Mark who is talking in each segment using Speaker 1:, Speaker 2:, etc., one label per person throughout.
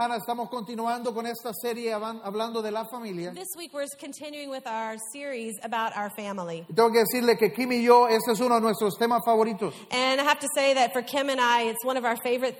Speaker 1: Ahora estamos continuando con esta serie haban- hablando de la familia.
Speaker 2: This week we're continuing with our series about our family.
Speaker 1: Y Tengo que decirle que Kim y yo, este es uno de nuestros temas favoritos.
Speaker 2: And I have to say that for Kim and I, it's one of our favorite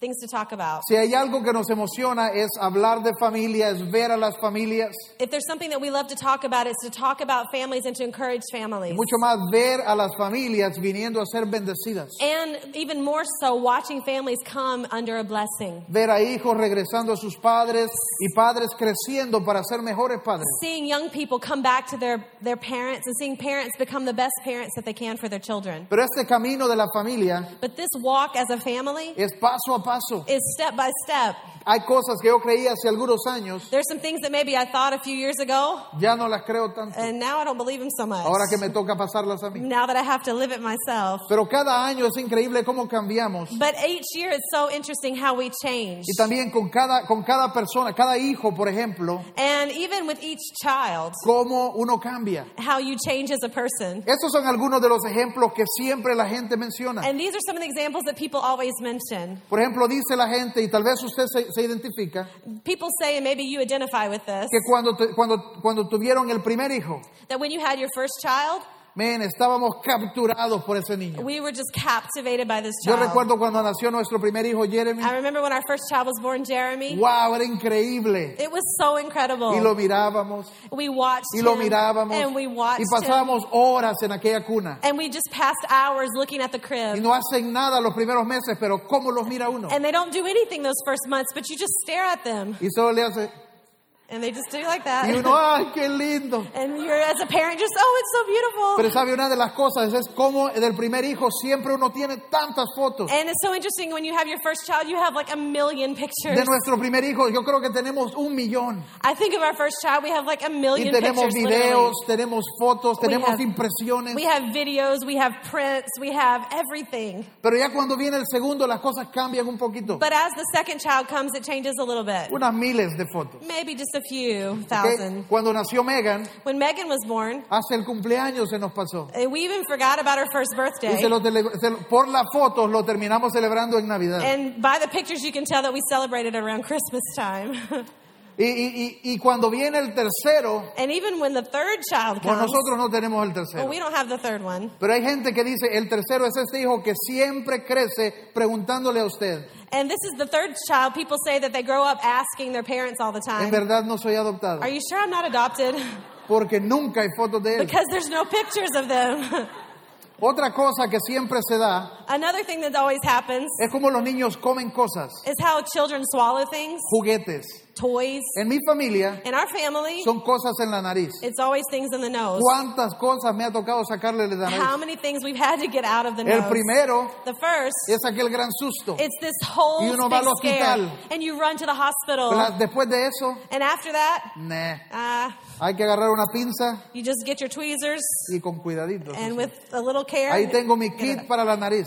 Speaker 2: things to talk about.
Speaker 1: Si hay algo que nos emociona es hablar de familia, es ver a las familias,
Speaker 2: If there's something that we love to talk about, it's to talk about families and to encourage families.
Speaker 1: mucho más ver a las familias viniendo a ser bendecidas.
Speaker 2: Eh. And even more so, watching families come under a blessing.
Speaker 1: Ver a hijos regresando a sus padres y padres creciendo para ser mejores padres.
Speaker 2: Seeing young people come back to their, their parents and seeing parents become the best parents that they can for their children.
Speaker 1: Pero este camino de la familia
Speaker 2: But this walk as a family
Speaker 1: es paso a paso.
Speaker 2: is step by step.
Speaker 1: Hay cosas que yo creía hace algunos años,
Speaker 2: There's some things that maybe I thought a few years ago,
Speaker 1: ya no las creo tanto,
Speaker 2: and now I don't believe them so much.
Speaker 1: ahora que me toca pasarlas a mí.
Speaker 2: now that I have to live it myself.
Speaker 1: Pero cada año es increíble cómo cambiamos.
Speaker 2: But each year it's so interesting how we change.
Speaker 1: Y también con cada, con cada persona, cada hijo, por ejemplo,
Speaker 2: And even with each child,
Speaker 1: cómo uno cambia.
Speaker 2: how you change as a person.
Speaker 1: Estos son algunos de los ejemplos que siempre la gente menciona.
Speaker 2: And these are some of the examples that people always mention.
Speaker 1: Por ejemplo, dice la gente, y tal vez usted se, se identifica,
Speaker 2: People say, and maybe you identify with this,
Speaker 1: que cuando, te- cuando, cuando tuvieron el primer hijo,
Speaker 2: that when you had your first child,
Speaker 1: men, estábamos capturados por ese niño.
Speaker 2: we were just captivated by this
Speaker 1: Yo
Speaker 2: child.
Speaker 1: recuerdo cuando nació nuestro primer hijo, Jeremy.
Speaker 2: I remember when our first child was born, Jeremy.
Speaker 1: ¡Wow! Era increíble.
Speaker 2: It was so
Speaker 1: Y lo
Speaker 2: incredible.
Speaker 1: mirábamos,
Speaker 2: We watched
Speaker 1: y lo
Speaker 2: him,
Speaker 1: mirábamos,
Speaker 2: and we
Speaker 1: y
Speaker 2: watched him,
Speaker 1: pasábamos horas en aquella cuna.
Speaker 2: and we just passed hours looking at the crib.
Speaker 1: Y no hacen nada los primeros meses, pero ¿cómo los mira uno?
Speaker 2: And they don't do anything those first months, but you just stare at them
Speaker 1: Y solo le hace,
Speaker 2: and they just do like that.
Speaker 1: y uno, ¡ay, qué lindo!
Speaker 2: and you're as a parent just, oh, it's so beautiful.
Speaker 1: Pero sabe, una de las cosas es cómo del primer hijo siempre uno tiene tantas fotos.
Speaker 2: and it's so interesting when you have your first child, you have like a million pictures.
Speaker 1: De nuestro primer hijo, yo creo que tenemos un millón.
Speaker 2: I think of our first child, we have like a
Speaker 1: Y
Speaker 2: million
Speaker 1: tenemos
Speaker 2: pictures.
Speaker 1: videos,
Speaker 2: literally.
Speaker 1: tenemos fotos,
Speaker 2: We
Speaker 1: tenemos
Speaker 2: have-
Speaker 1: impresiones.
Speaker 2: We have videos, we have prints, we have everything.
Speaker 1: Pero ya cuando viene el segundo, las cosas cambian un poquito.
Speaker 2: But as the second child comes, it changes a little bit.
Speaker 1: Unas miles de fotos.
Speaker 2: Maybe just a few
Speaker 1: ¿ok?
Speaker 2: thousand.
Speaker 1: Cuando nació Megan,
Speaker 2: When Megan was born,
Speaker 1: hasta el cumpleaños se nos pasó.
Speaker 2: eh, we even forgot about her first birthday.
Speaker 1: Y se lo tele- se lo- por las fotos lo terminamos celebrando en Navidad.
Speaker 2: And by the pictures, you can tell that we celebrated around Christmas time.
Speaker 1: Y, y- y- y cuando viene el tercero,
Speaker 2: and even when the third child
Speaker 1: pues
Speaker 2: comes,
Speaker 1: nosotros no tenemos el
Speaker 2: well,
Speaker 1: tercero.
Speaker 2: we don't have the third one.
Speaker 1: Pero hay gente que dice, el tercero es este hijo que siempre crece preguntándole a usted,
Speaker 2: And this is the third child. People say that they grow up asking their parents all the
Speaker 1: en
Speaker 2: time,
Speaker 1: verdad no soy adoptado,
Speaker 2: Are you sure I'm not adopted?
Speaker 1: porque nunca hay fotos de él.
Speaker 2: because there's no pictures of them.
Speaker 1: Otra cosa que siempre se da
Speaker 2: Another thing that always happens
Speaker 1: es como los niños comen cosas,
Speaker 2: is how children swallow things,
Speaker 1: juguetes.
Speaker 2: toys.
Speaker 1: En mi familia
Speaker 2: In our family,
Speaker 1: son cosas en la nariz.
Speaker 2: it's always things in the nose.
Speaker 1: ¿Cuántas cosas me ha tocado sacarle de la
Speaker 2: How
Speaker 1: nariz?
Speaker 2: many things we've had to get out of the
Speaker 1: El
Speaker 2: nose.
Speaker 1: primero
Speaker 2: The first,
Speaker 1: es aquel gran susto.
Speaker 2: it's this whole
Speaker 1: Y uno va
Speaker 2: big
Speaker 1: al
Speaker 2: scare.
Speaker 1: hospital.
Speaker 2: And you run to the
Speaker 1: Pero la-
Speaker 2: hospital.
Speaker 1: después de eso,
Speaker 2: And after that,
Speaker 1: nah,
Speaker 2: uh,
Speaker 1: hay que agarrar una pinza
Speaker 2: you just get your tweezers
Speaker 1: y con cuidadito.
Speaker 2: and with a little care.
Speaker 1: Ahí tengo mi kit para la nariz.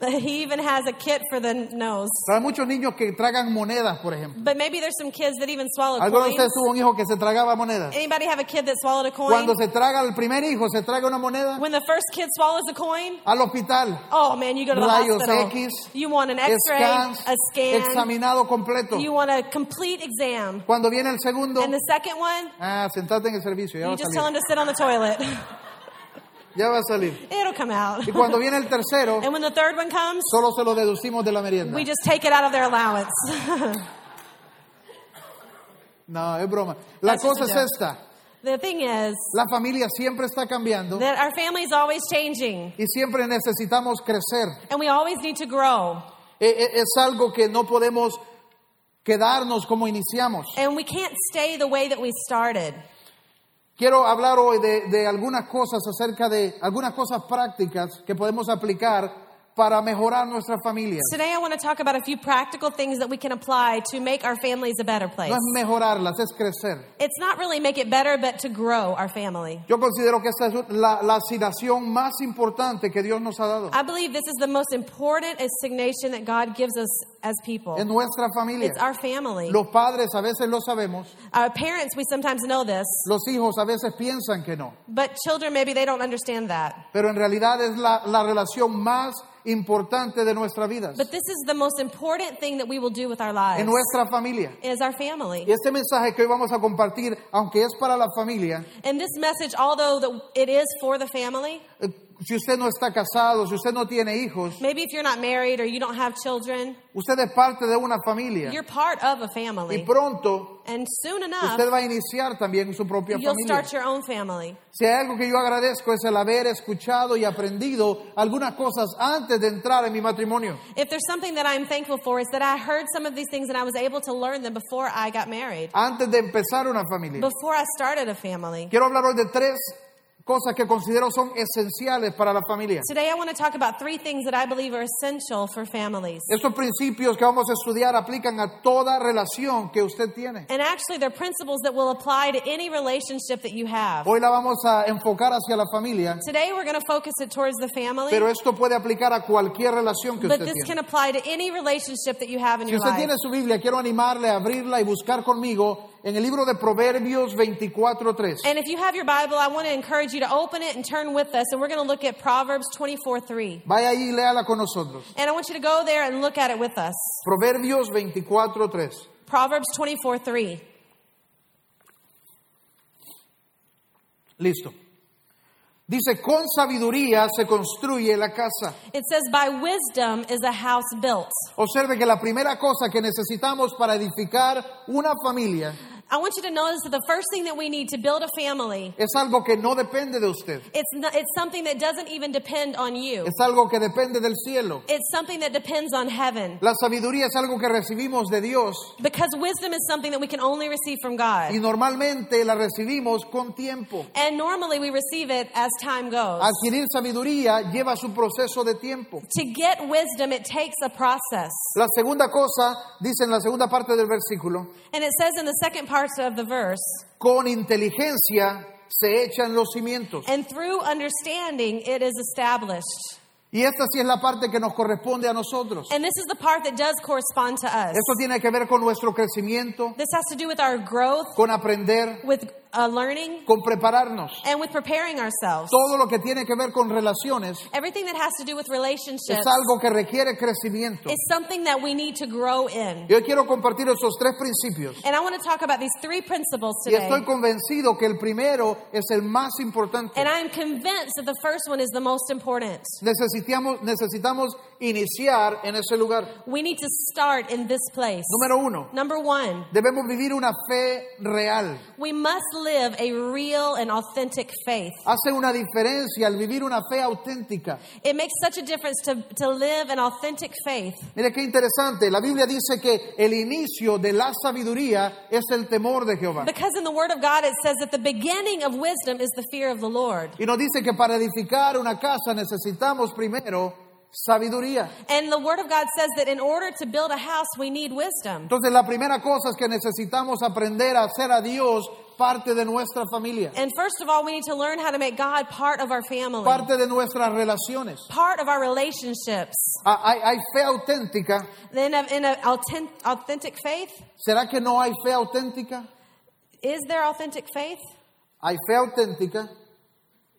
Speaker 2: He even has a kit for the nose.
Speaker 1: Pero hay muchos niños que tragan monedas, por ejemplo.
Speaker 2: But maybe there's some kids that even swallow
Speaker 1: ¿Alguno de
Speaker 2: coins.
Speaker 1: ustedes tuvo un hijo que se tragaba monedas?
Speaker 2: Anybody have a kid that swallowed a coin?
Speaker 1: Cuando se traga el primer hijo, se traga una moneda
Speaker 2: When the first kid swallows a coin,
Speaker 1: al hospital,
Speaker 2: oh man, you go to the
Speaker 1: Rayos
Speaker 2: hospital.
Speaker 1: X,
Speaker 2: you want an X-ray,
Speaker 1: scans,
Speaker 2: a scan.
Speaker 1: examinado completo.
Speaker 2: You want a complete exam.
Speaker 1: Cuando viene el segundo,
Speaker 2: And the second one,
Speaker 1: ah, sentate en el servicio, ya va
Speaker 2: you
Speaker 1: a
Speaker 2: just tell him
Speaker 1: salir.
Speaker 2: to sit on the toilet.
Speaker 1: Ya va a salir.
Speaker 2: It'll come out.
Speaker 1: Y cuando viene el tercero,
Speaker 2: And when the third one comes,
Speaker 1: solo se lo deducimos de la merienda.
Speaker 2: we just take it out of their allowance.
Speaker 1: No, es broma. La
Speaker 2: That's just
Speaker 1: cosa
Speaker 2: a
Speaker 1: es
Speaker 2: joke.
Speaker 1: esta.
Speaker 2: the thing is
Speaker 1: La familia siempre está cambiando
Speaker 2: that our family is always changing,
Speaker 1: y siempre necesitamos crecer.
Speaker 2: and we always need to grow.
Speaker 1: E- e- Es algo que no podemos quedarnos como iniciamos.
Speaker 2: And we can't stay the way that we started.
Speaker 1: Quiero hablar hoy de, de algunas cosas acerca de algunas cosas prácticas que podemos aplicar para mejorar nuestra familia.
Speaker 2: Today, I want to talk about a few practical things that we can apply to make our families a better place.
Speaker 1: No es mejorarlas, es crecer.
Speaker 2: It's not really make it better, but to grow our family.
Speaker 1: Yo considero que esta es la, la asignación más importante que Dios nos ha dado.
Speaker 2: I believe this is the most important assignation that God gives us as people.
Speaker 1: Es nuestra familia.
Speaker 2: It's our family.
Speaker 1: Los padres a veces lo sabemos,
Speaker 2: Our parents, we sometimes know this,
Speaker 1: los hijos a veces piensan que no,
Speaker 2: but children, maybe they don't understand that.
Speaker 1: pero en realidad es la, la relación más importante de nuestras vidas.
Speaker 2: But this is the most important thing that we will do with our
Speaker 1: En
Speaker 2: lives
Speaker 1: nuestra familia.
Speaker 2: is our family.
Speaker 1: Y este mensaje que hoy vamos a compartir, aunque es para la familia,
Speaker 2: And this message, although the, it is for the family,
Speaker 1: eh, si usted no está casado, si usted no tiene hijos,
Speaker 2: maybe if you're not married or you don't have children,
Speaker 1: usted es parte de una familia.
Speaker 2: you're part of a
Speaker 1: Y
Speaker 2: family.
Speaker 1: pronto
Speaker 2: And soon enough,
Speaker 1: usted va a iniciar también su propia
Speaker 2: you'll
Speaker 1: familia.
Speaker 2: start your own family.
Speaker 1: Si hay algo que yo agradezco es el haber escuchado y aprendido algunas cosas antes de entrar en mi matrimonio.
Speaker 2: If there's something that I'm thankful for, is that I heard some of these things and I was able to learn them before I got married,
Speaker 1: antes de empezar una familia.
Speaker 2: before I started a family.
Speaker 1: Quiero hablar hoy de tres cosas que considero son esenciales para la familia.
Speaker 2: Today, I want to talk about three things that I believe are essential for families.
Speaker 1: Estos principios que vamos a estudiar aplican a toda relación que usted tiene.
Speaker 2: And actually, they're principles that will apply to any relationship that you have.
Speaker 1: Hoy la vamos a enfocar hacia la familia,
Speaker 2: Today, we're going to focus it towards the family,
Speaker 1: pero esto puede aplicar a cualquier relación que
Speaker 2: but
Speaker 1: usted
Speaker 2: this can
Speaker 1: tiene.
Speaker 2: apply to any relationship that you have in
Speaker 1: Si
Speaker 2: your
Speaker 1: usted
Speaker 2: life.
Speaker 1: tiene su Biblia, quiero animarle a abrirla y buscar conmigo en el libro de Proverbios 24.3.
Speaker 2: And if you have your Bible, I want to encourage you to open it and turn with us, and we're going to look at Proverbs 24 3.
Speaker 1: Vaya ahí y léala con nosotros.
Speaker 2: And I want you to go there and look at it with us.
Speaker 1: Proverbios 24.3.
Speaker 2: Proverbs 24 3.
Speaker 1: Listo. Dice, con sabiduría se construye la casa.
Speaker 2: It says, By wisdom is a house built.
Speaker 1: Observe que la primera cosa que necesitamos para edificar una familia
Speaker 2: I want you to notice that the first thing that we need to build a family,
Speaker 1: es algo que no depende de usted,
Speaker 2: it's, not, it's something that doesn't even depend on you.
Speaker 1: es algo que depende del cielo.
Speaker 2: It's something that depends on heaven.
Speaker 1: La sabiduría es algo que recibimos de Dios
Speaker 2: Because wisdom is something that we can only receive from
Speaker 1: y
Speaker 2: God.
Speaker 1: normalmente la recibimos con tiempo.
Speaker 2: And normally we receive it as time goes.
Speaker 1: Adquirir sabiduría lleva su proceso de tiempo.
Speaker 2: To get wisdom, it takes a process.
Speaker 1: La segunda cosa, dice en la segunda parte del versículo,
Speaker 2: And it says in the second part of the verse,
Speaker 1: con inteligencia se echan los cimientos.
Speaker 2: and through understanding it is established.
Speaker 1: Y esta sí es la parte que nos corresponde a nosotros.
Speaker 2: And this is the part that does correspond to us.
Speaker 1: Esto tiene que ver con nuestro crecimiento,
Speaker 2: This has to do with our growth,
Speaker 1: con aprender,
Speaker 2: with uh, learning,
Speaker 1: con prepararnos.
Speaker 2: and with preparing ourselves.
Speaker 1: Todo lo que tiene que ver con relaciones
Speaker 2: Everything that has to do with
Speaker 1: es
Speaker 2: relationships
Speaker 1: algo que requiere crecimiento.
Speaker 2: is something that we need to grow in.
Speaker 1: Yo quiero compartir esos tres principios.
Speaker 2: And I want to talk about these three principles
Speaker 1: Y
Speaker 2: today.
Speaker 1: estoy convencido que el primero es el más importante.
Speaker 2: And I am convinced that the first one is the most important.
Speaker 1: Necesitamos, necesitamos iniciar en ese lugar.
Speaker 2: We need to start in this place.
Speaker 1: Número uno,
Speaker 2: Number one,
Speaker 1: debemos vivir una fe real.
Speaker 2: we must live a real and authentic faith.
Speaker 1: Hace una diferencia al vivir una fe auténtica.
Speaker 2: It makes such a difference to, to live an authentic faith.
Speaker 1: Mire qué interesante. La Biblia dice que el inicio de la sabiduría es el temor de Jehová.
Speaker 2: Because in the Word of God, it says that the beginning of wisdom is the fear of the Lord.
Speaker 1: Y nos dice que para edificar una casa necesitamos primero sabiduría.
Speaker 2: And the Word of God says that in order to build a house, we need wisdom.
Speaker 1: Entonces la primera cosa es que necesitamos aprender a hacer a Dios parte de nuestra familia,
Speaker 2: And first of all, we need to learn how to make God part of our family,
Speaker 1: parte de nuestras relaciones.
Speaker 2: part of our relationships.
Speaker 1: Ah, Hay, hay fe auténtica.
Speaker 2: Then, of- in an authentic, authentic faith,
Speaker 1: ¿Será que no hay fe auténtica?
Speaker 2: is there authentic faith?
Speaker 1: Hay fe auténtica.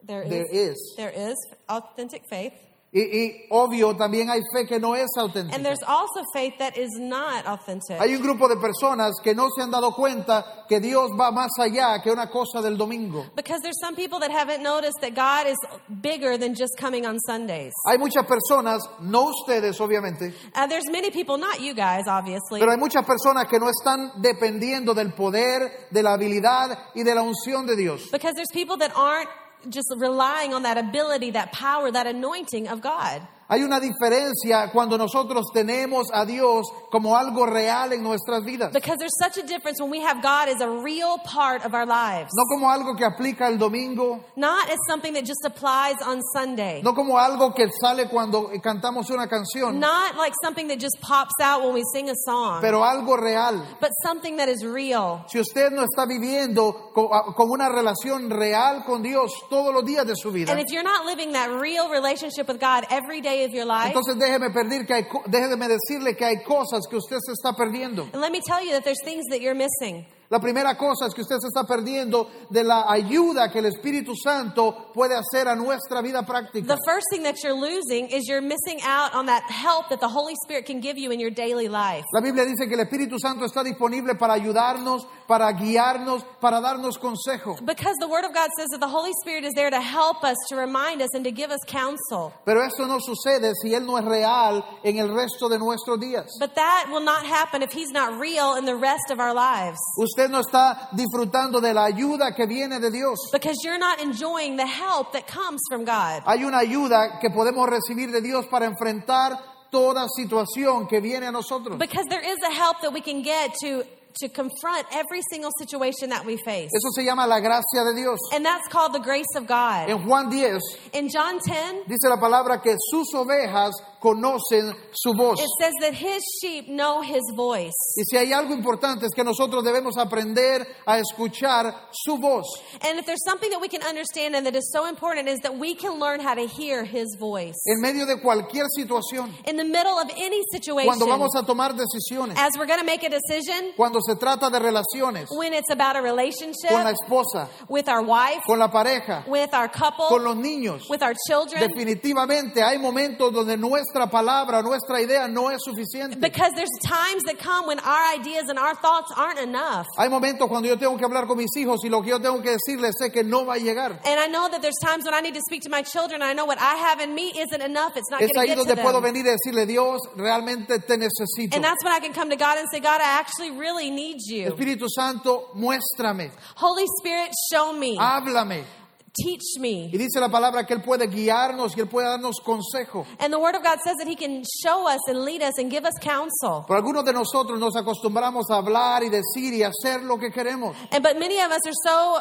Speaker 2: There is.
Speaker 1: There is.
Speaker 2: There is authentic faith.
Speaker 1: Y, y obvio, también hay fe que no es
Speaker 2: And
Speaker 1: auténtica.
Speaker 2: there's also faith that is not authentic.
Speaker 1: Hay un grupo de personas que no se han dado cuenta que Dios va más allá que una cosa del domingo.
Speaker 2: Because there's some people that haven't noticed that God is bigger than just coming on Sundays.
Speaker 1: Hay muchas personas, no ustedes obviamente,
Speaker 2: Uh, there's many people, not you guys, obviously,
Speaker 1: Pero hay muchas personas que no están dependiendo del poder, de la habilidad y de la unción de Dios.
Speaker 2: because there's people that aren't just relying on that ability, that power, that anointing of God.
Speaker 1: Hay una diferencia cuando nosotros tenemos a Dios como algo real en nuestras vidas,
Speaker 2: Because there's such a difference when we have God as a real part of our lives,
Speaker 1: no como algo que aplica el domingo,
Speaker 2: not as something that just applies on Sunday,
Speaker 1: no como algo que sale cuando cantamos una canción,
Speaker 2: not like something that just pops out when we sing a song,
Speaker 1: pero algo real.
Speaker 2: but something that is real.
Speaker 1: Si usted no está viviendo co- a- con una relación real con Dios todos los días de su vida,
Speaker 2: And if you're not living that real relationship with God every day day of your life.
Speaker 1: Entonces déjeme, pedir que hay co- déjeme decirle que hay cosas que usted se está perdiendo.
Speaker 2: And let me tell you that there's things that you're missing.
Speaker 1: La primera cosa es que usted se está perdiendo de la ayuda que el Espíritu Santo puede hacer a nuestra vida práctica.
Speaker 2: The first thing that you're losing is you're missing out on that help that the Holy Spirit can give you in your daily life.
Speaker 1: La Biblia dice que el Espíritu Santo está disponible para ayudarnos, para guiarnos, para darnos consejo.
Speaker 2: Because the Word of God says that the Holy Spirit is there to help us, to remind us, and to give us counsel.
Speaker 1: Pero esto no sucede si Él no es real en el resto de nuestros días.
Speaker 2: But that will not happen if He's not real in the rest of our lives.
Speaker 1: Usted no está disfrutando de la ayuda que viene de Dios.
Speaker 2: Because you're not enjoying the help that comes from God.
Speaker 1: Hay una ayuda que podemos recibir de Dios para enfrentar toda situación que viene a nosotros.
Speaker 2: Because there is a help that we can get to, to confront every single situation that we face.
Speaker 1: Eso se llama la gracia de Dios.
Speaker 2: And that's called the grace of God.
Speaker 1: En Juan 10
Speaker 2: In John 10,
Speaker 1: dice la palabra que sus ovejas conocen su voz.
Speaker 2: it says that His sheep know His voice.
Speaker 1: Y si hay algo importante es que nosotros debemos aprender a escuchar su voz.
Speaker 2: And if there's something that we can understand and that is so important is that we can learn how to hear His voice.
Speaker 1: En medio de cualquier situación,
Speaker 2: In the middle of any situation,
Speaker 1: cuando vamos a tomar decisiones,
Speaker 2: as we're going to make a decision,
Speaker 1: cuando se trata de relaciones
Speaker 2: when it's about a relationship,
Speaker 1: con la esposa,
Speaker 2: with our wife,
Speaker 1: con la pareja,
Speaker 2: with our couple,
Speaker 1: con los niños,
Speaker 2: with our children,
Speaker 1: Definitivamente hay momentos donde nuestra palabra, nuestra idea no es suficiente.
Speaker 2: Because there's times that come when our ideas and our thoughts aren't enough.
Speaker 1: Hay momentos cuando yo tengo que hablar con mis hijos y lo que yo tengo que decirles sé que no va a llegar.
Speaker 2: And I know that there's times when I need to speak to my children. And I know what I have in me isn't enough. It's not
Speaker 1: Es
Speaker 2: going to
Speaker 1: ahí
Speaker 2: get to
Speaker 1: donde puedo
Speaker 2: them.
Speaker 1: venir y decirle, Dios, realmente te necesito.
Speaker 2: And that's when I can come to God and say, God, I actually really need you.
Speaker 1: Espíritu Santo, muéstrame,
Speaker 2: Holy Spirit, show me.
Speaker 1: Ah. háblame.
Speaker 2: Teach
Speaker 1: Y
Speaker 2: me.
Speaker 1: dice la palabra que Él puede guiarnos y Él puede darnos consejo.
Speaker 2: And the Word of God says that He can show us and lead us and give us counsel.
Speaker 1: Pero algunos de nosotros nos acostumbramos a hablar y decir y hacer lo que queremos.
Speaker 2: And but many of us are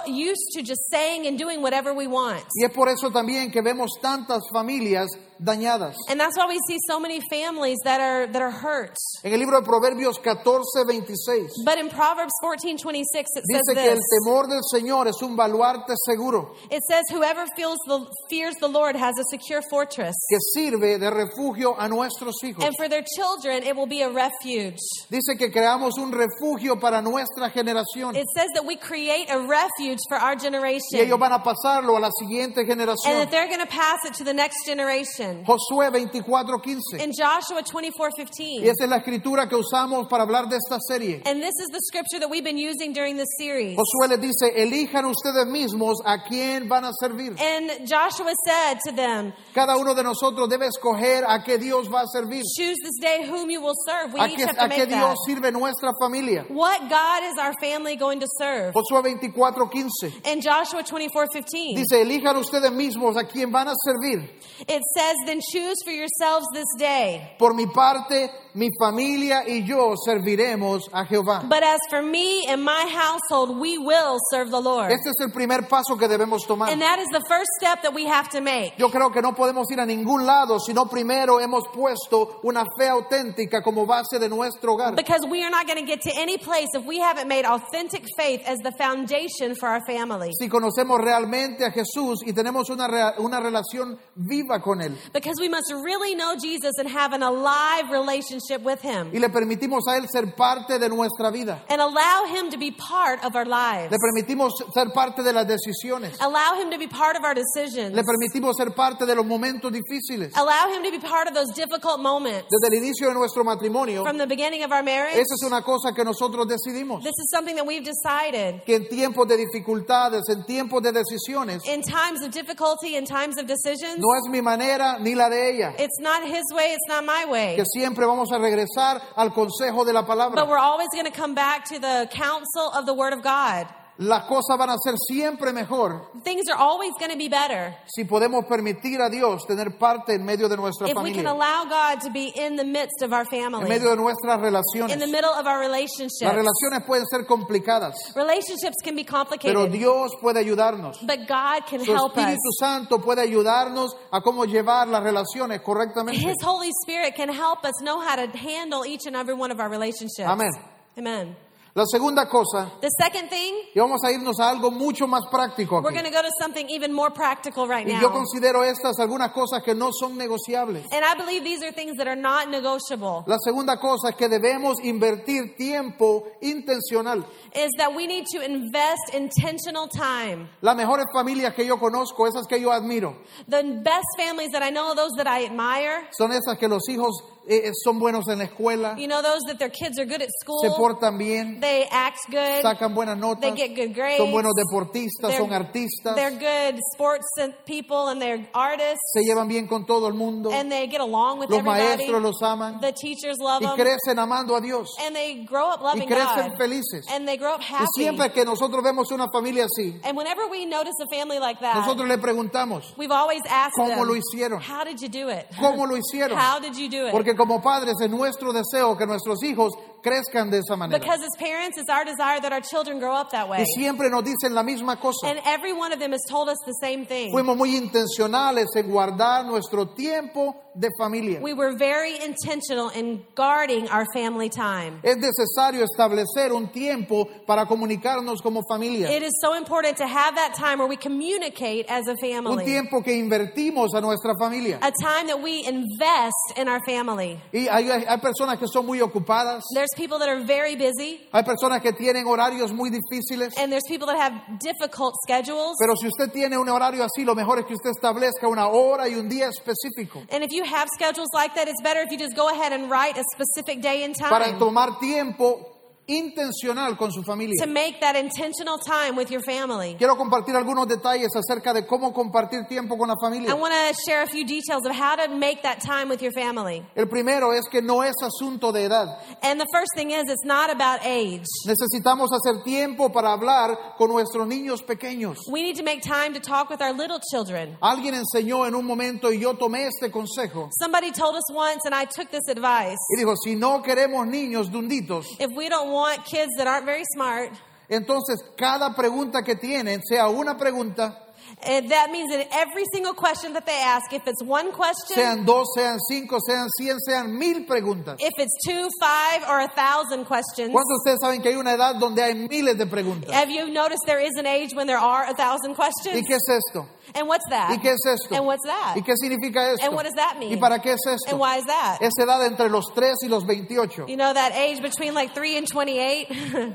Speaker 2: so used to just saying and doing whatever we want.
Speaker 1: Y es por eso también que vemos tantas familias dañadas.
Speaker 2: And that's why we see so many families that are that are hurt.
Speaker 1: En el libro de Proverbios 14, 26,
Speaker 2: But in Proverbs 14, 26, it says
Speaker 1: dice que
Speaker 2: this.
Speaker 1: el temor del Señor es un baluarte seguro
Speaker 2: It says, Whoever feels the, fears the Lord has a secure fortress,
Speaker 1: que sirve de refugio a nuestros hijos.
Speaker 2: and for their children it will be a refuge.
Speaker 1: Dice que creamos un refugio para nuestra generación
Speaker 2: It says that we create a refuge for our
Speaker 1: y ellos
Speaker 2: generation,
Speaker 1: van a pasarlo a la siguiente
Speaker 2: and that
Speaker 1: generación.
Speaker 2: they're going to pass it to the next generation.
Speaker 1: Josué 24, 15.
Speaker 2: In Joshua 24
Speaker 1: Y
Speaker 2: 15.
Speaker 1: esa es la escritura que usamos para hablar de esta serie.
Speaker 2: And this is the scripture that we've been using during this series.
Speaker 1: Josué les dice, elijan ustedes mismos a quién van a servir.
Speaker 2: And Joshua said to them,
Speaker 1: Cada uno de nosotros debe escoger a qué Dios va a servir,
Speaker 2: Choose this day whom you will serve. We
Speaker 1: a
Speaker 2: each
Speaker 1: qué,
Speaker 2: have to
Speaker 1: a qué
Speaker 2: make that.
Speaker 1: Dios sirve nuestra familia.
Speaker 2: What God is our family going to serve?
Speaker 1: Josué 24, 15.
Speaker 2: In Joshua 24 15.
Speaker 1: Dice, elijan ustedes mismos a quién van a servir.
Speaker 2: It says, Then choose for yourselves this day.
Speaker 1: Por mi parte, mi familia y yo serviremos a Jehová.
Speaker 2: But as for me and my household, we will serve the Lord.
Speaker 1: Este es el primer paso que debemos tomar.
Speaker 2: And that is the first step that we have to make.
Speaker 1: Yo creo que no podemos ir a ningún lado si no primero hemos puesto una fe auténtica como base de nuestro hogar.
Speaker 2: Because we are not going to get to any place if we haven't made authentic faith as the foundation for our family.
Speaker 1: Si conocemos realmente a Jesús y tenemos una, rea- una relación viva con Él
Speaker 2: Because we must really know Jesus and have an alive relationship with Him
Speaker 1: y le permitimos a Él ser parte de nuestra vida,
Speaker 2: and allow Him to be part of our lives.
Speaker 1: le permitimos ser parte de las decisiones,
Speaker 2: Allow Him to be part of our decisions.
Speaker 1: le permitimos ser parte de los momentos difíciles.
Speaker 2: Allow Him to be part of those difficult moments
Speaker 1: Desde el inicio de nuestro matrimonio,
Speaker 2: from the beginning of our marriage.
Speaker 1: Esa es una cosa que nosotros decidimos.
Speaker 2: This is something that we've decided.
Speaker 1: Que en tiempos de dificultades, en tiempos de decisiones,
Speaker 2: In times of difficulty, in times of decisions,
Speaker 1: no es mi manera ni la de ella.
Speaker 2: it's not his way, it's not my way.
Speaker 1: Que siempre vamos a regresar al consejo de la
Speaker 2: But
Speaker 1: palabra.
Speaker 2: we're always going to come back to the counsel of the Word of God.
Speaker 1: Las cosas van a ser siempre mejor
Speaker 2: Things are always going to be better
Speaker 1: si podemos permitir a Dios tener parte en medio de nuestra
Speaker 2: if we can
Speaker 1: familia,
Speaker 2: allow God to be in the midst of our
Speaker 1: en
Speaker 2: family,
Speaker 1: medio de nuestras
Speaker 2: in the
Speaker 1: relaciones.
Speaker 2: middle of our
Speaker 1: Las
Speaker 2: relationships.
Speaker 1: relaciones pueden ser complicadas,
Speaker 2: Relationships can be
Speaker 1: pero
Speaker 2: complicated,
Speaker 1: Dios puede ayudarnos.
Speaker 2: but God can
Speaker 1: Su
Speaker 2: help us.
Speaker 1: Espíritu Santo puede ayudarnos a cómo llevar las relaciones correctamente.
Speaker 2: His Holy Spirit can help us know how to handle each and every one of our relationships.
Speaker 1: Amén.
Speaker 2: Amen.
Speaker 1: La- La segunda cosa,
Speaker 2: The second thing,
Speaker 1: y vamos a irnos a algo mucho más práctico
Speaker 2: we're
Speaker 1: aquí.
Speaker 2: going to go to something even more practical right
Speaker 1: Y yo
Speaker 2: now.
Speaker 1: considero estas algunas cosas que no son negociables.
Speaker 2: And I believe these are things that are not negotiable.
Speaker 1: La segunda cosa es que debemos invertir tiempo intencional.
Speaker 2: Is that we need to invest intentional time.
Speaker 1: Las mejores familias que yo conozco, esas que yo admiro,
Speaker 2: The best families that I know, those that I admire,
Speaker 1: son esas que los hijos eh, eh, son buenos en la escuela,
Speaker 2: you know, those that their kids are good at
Speaker 1: se
Speaker 2: school,
Speaker 1: portan bien,
Speaker 2: they act good,
Speaker 1: sacan buenas notas,
Speaker 2: they get good grades,
Speaker 1: son buenos deportistas,
Speaker 2: They're-
Speaker 1: son artistas,
Speaker 2: they're good sports people, and they're artists,
Speaker 1: se llevan bien con todo el mundo,
Speaker 2: and they get along with
Speaker 1: los
Speaker 2: everybody.
Speaker 1: maestros los aman
Speaker 2: The teachers love
Speaker 1: y
Speaker 2: them,
Speaker 1: crecen amando a Dios
Speaker 2: and they grow up
Speaker 1: y
Speaker 2: loving
Speaker 1: crecen
Speaker 2: God,
Speaker 1: felices.
Speaker 2: and they grow up
Speaker 1: Y
Speaker 2: happy.
Speaker 1: siempre que nosotros vemos una familia así,
Speaker 2: And whenever we notice a family like that,
Speaker 1: nosotros le preguntamos,
Speaker 2: we've always asked
Speaker 1: ¿Cómo lo
Speaker 2: them,
Speaker 1: hicieron?
Speaker 2: "How did you do it?
Speaker 1: ¿Cómo lo hicieron?
Speaker 2: How did you do it?"
Speaker 1: Porque como padres es nuestro deseo que nuestros hijos crezcan de esa manera.
Speaker 2: Because as parents, it's our desire that our children grow up that way.
Speaker 1: Y siempre nos dicen la misma cosa.
Speaker 2: And every one of them has told us the same thing.
Speaker 1: Fuimos muy intencionales en guardar nuestro tiempo de familia.
Speaker 2: We were very intentional in guarding our family time.
Speaker 1: Es necesario establecer un tiempo para comunicarnos como familia.
Speaker 2: It is so important to have that time where we communicate as a
Speaker 1: Un
Speaker 2: family.
Speaker 1: tiempo que invertimos a nuestra familia.
Speaker 2: A time that we invest in our family.
Speaker 1: Y hay, hay personas que son muy ocupadas.
Speaker 2: There's people that are very busy,
Speaker 1: Hay personas que tienen horarios muy difíciles.
Speaker 2: and there's people that have difficult schedules.
Speaker 1: Pero si usted tiene un horario así, lo mejor es que usted establezca una hora y un día específico
Speaker 2: And if you have schedules like that, it's better if you just go ahead and write a specific day and
Speaker 1: para
Speaker 2: time
Speaker 1: tomar tiempo intencional con su familia.
Speaker 2: to make that intentional time with your family.
Speaker 1: Quiero compartir algunos detalles acerca de cómo compartir tiempo con la
Speaker 2: I
Speaker 1: familia.
Speaker 2: want to share a few details of how to make that time with your family.
Speaker 1: El primero es que no es asunto de edad.
Speaker 2: And the first thing is, it's not about age.
Speaker 1: Necesitamos hacer tiempo para hablar con nuestros niños pequeños.
Speaker 2: We need to make time to talk with our little children.
Speaker 1: Alguien enseñó en un momento y yo tomé este consejo
Speaker 2: Somebody told us once, and I took this advice
Speaker 1: y dijo, si no queremos niños dunditos,
Speaker 2: if we don't want kids that aren't very smart,
Speaker 1: entonces cada pregunta que tienen sea una pregunta,
Speaker 2: eh, that means that every single question that they ask, if it's one question,
Speaker 1: sean dos, sean cinco, sean cien, sean mil preguntas.
Speaker 2: if it's two, five, or a thousand questions,
Speaker 1: ¿Cuántos de ustedes saben que hay una edad donde hay miles de preguntas?
Speaker 2: have you noticed there is an age when there are a thousand
Speaker 1: ¿Y
Speaker 2: questions?
Speaker 1: qué es esto?
Speaker 2: And what's that?
Speaker 1: ¿Y qué es esto?
Speaker 2: Ah. And what's that?
Speaker 1: ¿Y qué significa esto?
Speaker 2: And what does that mean?
Speaker 1: ¿Y para qué es esto?
Speaker 2: And why is that?
Speaker 1: Es edad entre los 3 y los 28.
Speaker 2: You know, that age between like 3 and 28.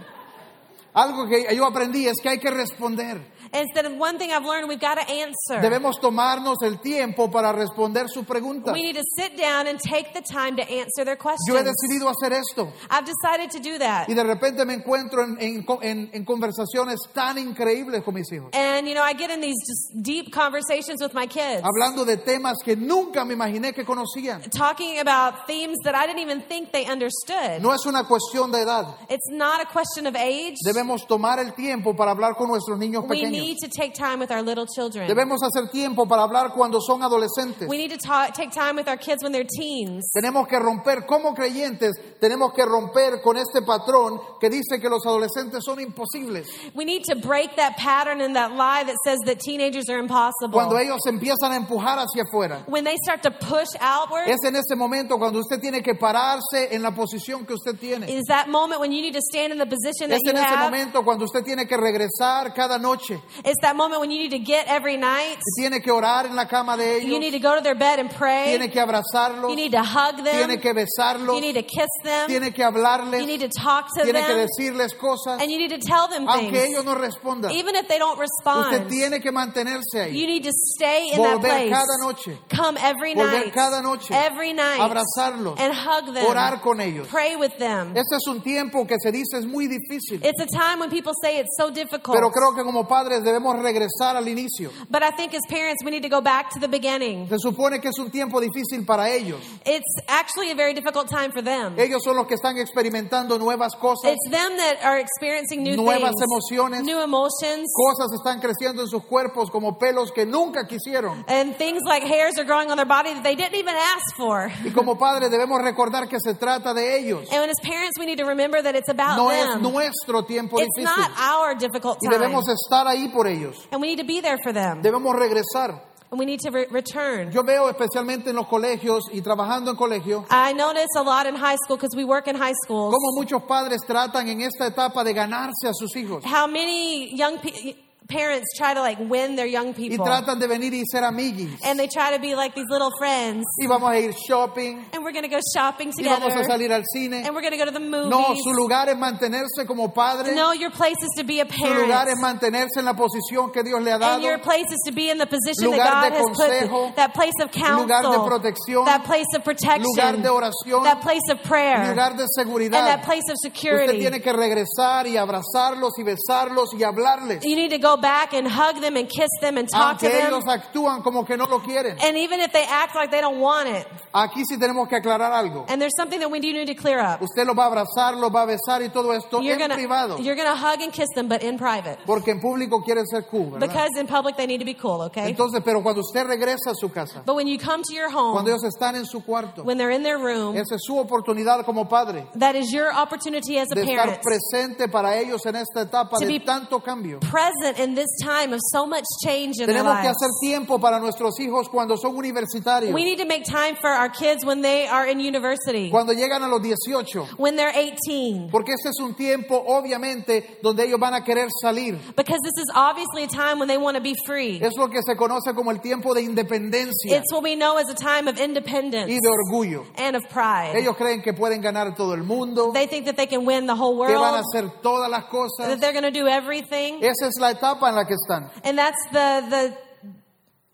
Speaker 1: Algo que yo aprendí es que hay que responder.
Speaker 2: Instead of one thing I've learned, we've got to answer.
Speaker 1: Debemos tomarnos el tiempo para responder su pregunta.
Speaker 2: We need to sit down and take the time to answer their questions.
Speaker 1: Yo he decidido hacer esto
Speaker 2: I've decided to do that.
Speaker 1: y de repente me encuentro en, en co- en- en conversaciones tan increíbles con mis hijos,
Speaker 2: And, you know, I get in these just deep conversations with my kids,
Speaker 1: hablando de temas que nunca me imaginé que conocían.
Speaker 2: talking about themes that I didn't even think they understood.
Speaker 1: No es una cuestión de edad.
Speaker 2: It's not a question of age.
Speaker 1: Debemos tomar el tiempo para hablar con nuestros niños
Speaker 2: We
Speaker 1: pequeños.
Speaker 2: need to take time with our little children.
Speaker 1: Debemos hacer tiempo para hablar cuando son adolescentes.
Speaker 2: We need to ta- take time with our kids when they're teens.
Speaker 1: Tenemos que romper, como creyentes, tenemos que romper con este patrón que dice que los adolescentes son imposibles.
Speaker 2: We need to break that pattern and that lie that says that teenagers are
Speaker 1: Cuando
Speaker 2: impossible.
Speaker 1: ellos empiezan a empujar hacia afuera,
Speaker 2: When they start to push outward,
Speaker 1: es en ese momento cuando usted tiene que pararse en la posición que usted tiene.
Speaker 2: is that moment when you need to stand in the position that
Speaker 1: Es
Speaker 2: you
Speaker 1: en ese
Speaker 2: have.
Speaker 1: momento cuando usted tiene que regresar cada noche
Speaker 2: It's that moment when you need to get every night.
Speaker 1: y tiene que orar en la cama de
Speaker 2: You
Speaker 1: ellos,
Speaker 2: need to go to their bed
Speaker 1: tiene
Speaker 2: and pray.
Speaker 1: que abrazarlos,
Speaker 2: You need to hug
Speaker 1: tiene
Speaker 2: them.
Speaker 1: que besarlos,
Speaker 2: You need to kiss them.
Speaker 1: tiene que
Speaker 2: You
Speaker 1: hablarles,
Speaker 2: need to talk to
Speaker 1: tiene que
Speaker 2: them.
Speaker 1: decirles cosas,
Speaker 2: And you need to tell them
Speaker 1: aunque
Speaker 2: things.
Speaker 1: ellos no respondan.
Speaker 2: Even if they don't
Speaker 1: Usted
Speaker 2: respond,
Speaker 1: tiene que mantenerse ahí.
Speaker 2: you need to stay in that
Speaker 1: volver
Speaker 2: place.
Speaker 1: cada noche,
Speaker 2: Come every
Speaker 1: Volver
Speaker 2: night.
Speaker 1: cada noche.
Speaker 2: Every night.
Speaker 1: Abrazarlos.
Speaker 2: And hug
Speaker 1: orar
Speaker 2: them.
Speaker 1: con ellos.
Speaker 2: Pray with them.
Speaker 1: Este es un tiempo que se dice es muy difícil,
Speaker 2: It's a time when people say it's so difficult.
Speaker 1: pero creo que como padres debemos regresar al inicio.
Speaker 2: But I think as parents, we need to go back to the beginning.
Speaker 1: Se supone que es un tiempo difícil para ellos.
Speaker 2: It's actually a very difficult time for them.
Speaker 1: Ellos son los que están experimentando nuevas cosas,
Speaker 2: It's them that are experiencing new
Speaker 1: nuevas
Speaker 2: things,
Speaker 1: emociones,
Speaker 2: new emotions,
Speaker 1: cosas están creciendo en sus cuerpos como pelos que nunca quisieron.
Speaker 2: and things like hairs are growing on their body that they didn't even ask for.
Speaker 1: Y como padres debemos recordar que se trata de ellos.
Speaker 2: And as parents, we need to remember that it's about
Speaker 1: No es
Speaker 2: them.
Speaker 1: nuestro tiempo
Speaker 2: it's
Speaker 1: difícil
Speaker 2: not our difficult
Speaker 1: y
Speaker 2: time,
Speaker 1: debemos estar ahí por ellos.
Speaker 2: and we need to be there for them.
Speaker 1: Debemos regresar.
Speaker 2: and we need to re- return.
Speaker 1: Yo veo especialmente en los colegios y trabajando en colegios
Speaker 2: I notice a lot in high school because we work in high schools
Speaker 1: cómo muchos padres tratan en esta etapa de ganarse a sus hijos
Speaker 2: how many young pe- parents try to like win their young
Speaker 1: y
Speaker 2: people
Speaker 1: tratan de venir y ser amiguis.
Speaker 2: and they try to be like these little friends
Speaker 1: Y vamos a ir shopping
Speaker 2: and we're going to go shopping
Speaker 1: y vamos a
Speaker 2: together
Speaker 1: salir al cine.
Speaker 2: and we're going to go to the movies.
Speaker 1: No, su lugar es mantenerse como padre.
Speaker 2: No, your place is to be a
Speaker 1: Su lugar
Speaker 2: parent.
Speaker 1: es mantenerse en la posición que Dios le ha
Speaker 2: And
Speaker 1: dado.
Speaker 2: your place is to be in the position
Speaker 1: Lugar
Speaker 2: that God
Speaker 1: de
Speaker 2: has put
Speaker 1: consejo.
Speaker 2: me. That place of counsel.
Speaker 1: Lugar de protección.
Speaker 2: that place of protection.
Speaker 1: Lugar de oración.
Speaker 2: That place of prayer.
Speaker 1: Lugar de
Speaker 2: and that
Speaker 1: seguridad.
Speaker 2: place of
Speaker 1: Usted
Speaker 2: security.
Speaker 1: tiene que regresar y abrazarlos y besarlos y hablarles.
Speaker 2: You need to go back and hug them and kiss them and talk to
Speaker 1: Aunque
Speaker 2: them.
Speaker 1: ellos actúan como que no lo quieren.
Speaker 2: And even if they act like they don't want it.
Speaker 1: Aquí sí tenemos que aclarar algo.
Speaker 2: And there's something that we do need to clear up.
Speaker 1: Usted los va a abrazar, los va a besar y todo esto
Speaker 2: You're
Speaker 1: en
Speaker 2: gonna,
Speaker 1: privado.
Speaker 2: you're gonna hug and kiss them, but in private.
Speaker 1: Porque en público quiere ser cool, ¿verdad?
Speaker 2: Because in public they need to be cool, okay?
Speaker 1: Entonces, pero cuando usted regresa a su casa,
Speaker 2: But when you come to your
Speaker 1: cuando
Speaker 2: home,
Speaker 1: ellos están en su cuarto,
Speaker 2: when they're in their room,
Speaker 1: esa es su oportunidad como padre
Speaker 2: that is your opportunity as a
Speaker 1: de estar
Speaker 2: parent.
Speaker 1: presente para ellos en esta etapa
Speaker 2: To
Speaker 1: de
Speaker 2: be-
Speaker 1: tanto cambio.
Speaker 2: present in this time of so much change in their
Speaker 1: Tenemos que
Speaker 2: lives.
Speaker 1: hacer tiempo para nuestros hijos cuando son universitarios,
Speaker 2: We need to make time for our kids when they are in university,
Speaker 1: cuando llegan a los 18,
Speaker 2: when they're 18,
Speaker 1: porque este es un tiempo obviamente donde ellos van a querer salir.
Speaker 2: because this is obviously a time when they want to be free.
Speaker 1: Es lo que se conoce como el tiempo de independencia
Speaker 2: It's what we know as a time of
Speaker 1: y
Speaker 2: independence
Speaker 1: de orgullo.
Speaker 2: and of pride.
Speaker 1: Ellos creen que pueden ganar todo el mundo,
Speaker 2: They think that they can win the whole
Speaker 1: que van a
Speaker 2: world,
Speaker 1: hacer todas las cosas.
Speaker 2: that they're going to do everything,
Speaker 1: Esa es la etapa en la que están.
Speaker 2: and that's the, the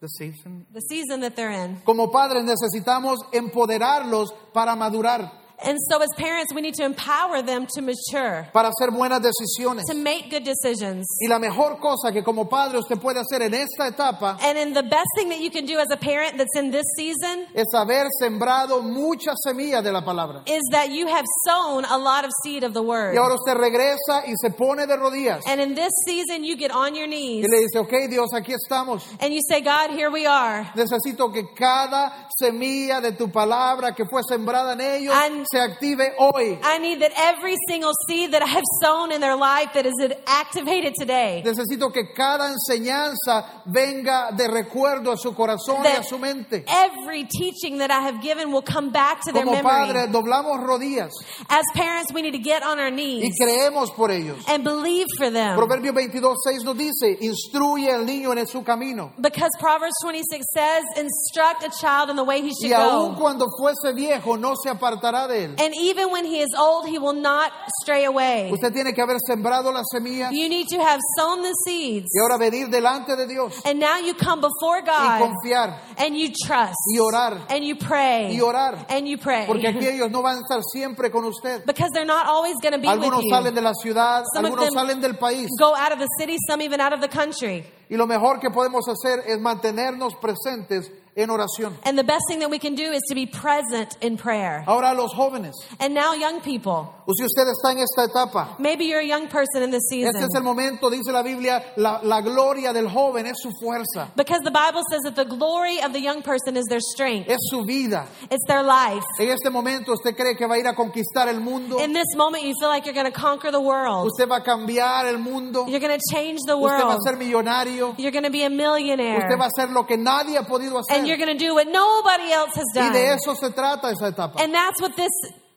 Speaker 1: The season.
Speaker 2: the season that they're in.
Speaker 1: Como padres necesitamos empoderarlos para madurar,
Speaker 2: And so, as parents, we need to empower them to mature,
Speaker 1: para hacer buenas decisiones.
Speaker 2: to make good decisions.
Speaker 1: Y la mejor cosa que como padre usted puede hacer en esta etapa
Speaker 2: And in the best thing that you can do as a parent that's in this season
Speaker 1: es haber sembrado muchas semillas de la palabra.
Speaker 2: is that you have sown a lot of seed of the word.
Speaker 1: Y ahora usted regresa y se pone de rodillas
Speaker 2: And in this season, you get on your knees
Speaker 1: y le dice, ok Dios, aquí estamos.
Speaker 2: and you say, God, here we are.
Speaker 1: Necesito que cada semilla de tu palabra que fue sembrada en ellos
Speaker 2: And-
Speaker 1: se active hoy.
Speaker 2: I need that every single seed that I have sown in their life that is activated today.
Speaker 1: Necesito que cada enseñanza venga de recuerdo a su corazón y a
Speaker 2: That-
Speaker 1: su mente.
Speaker 2: Every teaching that I have given will come back to their
Speaker 1: Como
Speaker 2: memory.
Speaker 1: padres doblamos rodillas
Speaker 2: As parents, we need to get on our
Speaker 1: y
Speaker 2: knees
Speaker 1: creemos por ellos.
Speaker 2: and believe for them.
Speaker 1: Proverbios 22, 6 nos dice, instruye al niño en su camino.
Speaker 2: Because Proverbs 26 says, instruct a child in the way he should
Speaker 1: Y aun
Speaker 2: go.
Speaker 1: cuando fuese viejo, no se apartará de él.
Speaker 2: And even when he is old, he will not stray away.
Speaker 1: Usted tiene que haber sembrado las semillas
Speaker 2: You need to have sown the seeds.
Speaker 1: y ahora venir delante de Dios
Speaker 2: And now you come before
Speaker 1: y
Speaker 2: God
Speaker 1: confiar
Speaker 2: and you trust
Speaker 1: y orar.
Speaker 2: and you pray
Speaker 1: Y orar.
Speaker 2: and you pray.
Speaker 1: Porque aquí ellos no van a estar siempre con usted.
Speaker 2: Because they're not always going to be
Speaker 1: Algunos
Speaker 2: with you.
Speaker 1: salen de la ciudad,
Speaker 2: Some of
Speaker 1: algunos
Speaker 2: them
Speaker 1: salen del país.
Speaker 2: Go out of the city, some even out of the country.
Speaker 1: Y lo mejor que podemos hacer es mantenernos presentes en oración.
Speaker 2: And the best thing that we can do is to be present in prayer.
Speaker 1: Ahora los jóvenes,
Speaker 2: And now, young people,
Speaker 1: o si usted está en esta etapa,
Speaker 2: maybe you're a young person in this season.
Speaker 1: Este es el momento, dice la Biblia, la, la gloria del joven es su fuerza,
Speaker 2: Because the Bible says that the glory of the young person is their strength,
Speaker 1: es su vida.
Speaker 2: it's their life.
Speaker 1: En este momento usted cree que va a ir a conquistar el mundo,
Speaker 2: In this moment, you feel like you're going to conquer the world,
Speaker 1: usted va a cambiar el mundo,
Speaker 2: you're going to change the
Speaker 1: usted va a
Speaker 2: world,
Speaker 1: ser millonario,
Speaker 2: you're going to be a millionaire.
Speaker 1: usted va a hacer lo que nadie ha podido
Speaker 2: and you're
Speaker 1: hacer.
Speaker 2: going to do what nobody else has
Speaker 1: Y
Speaker 2: done.
Speaker 1: de eso se trata esa etapa.
Speaker 2: And that's what this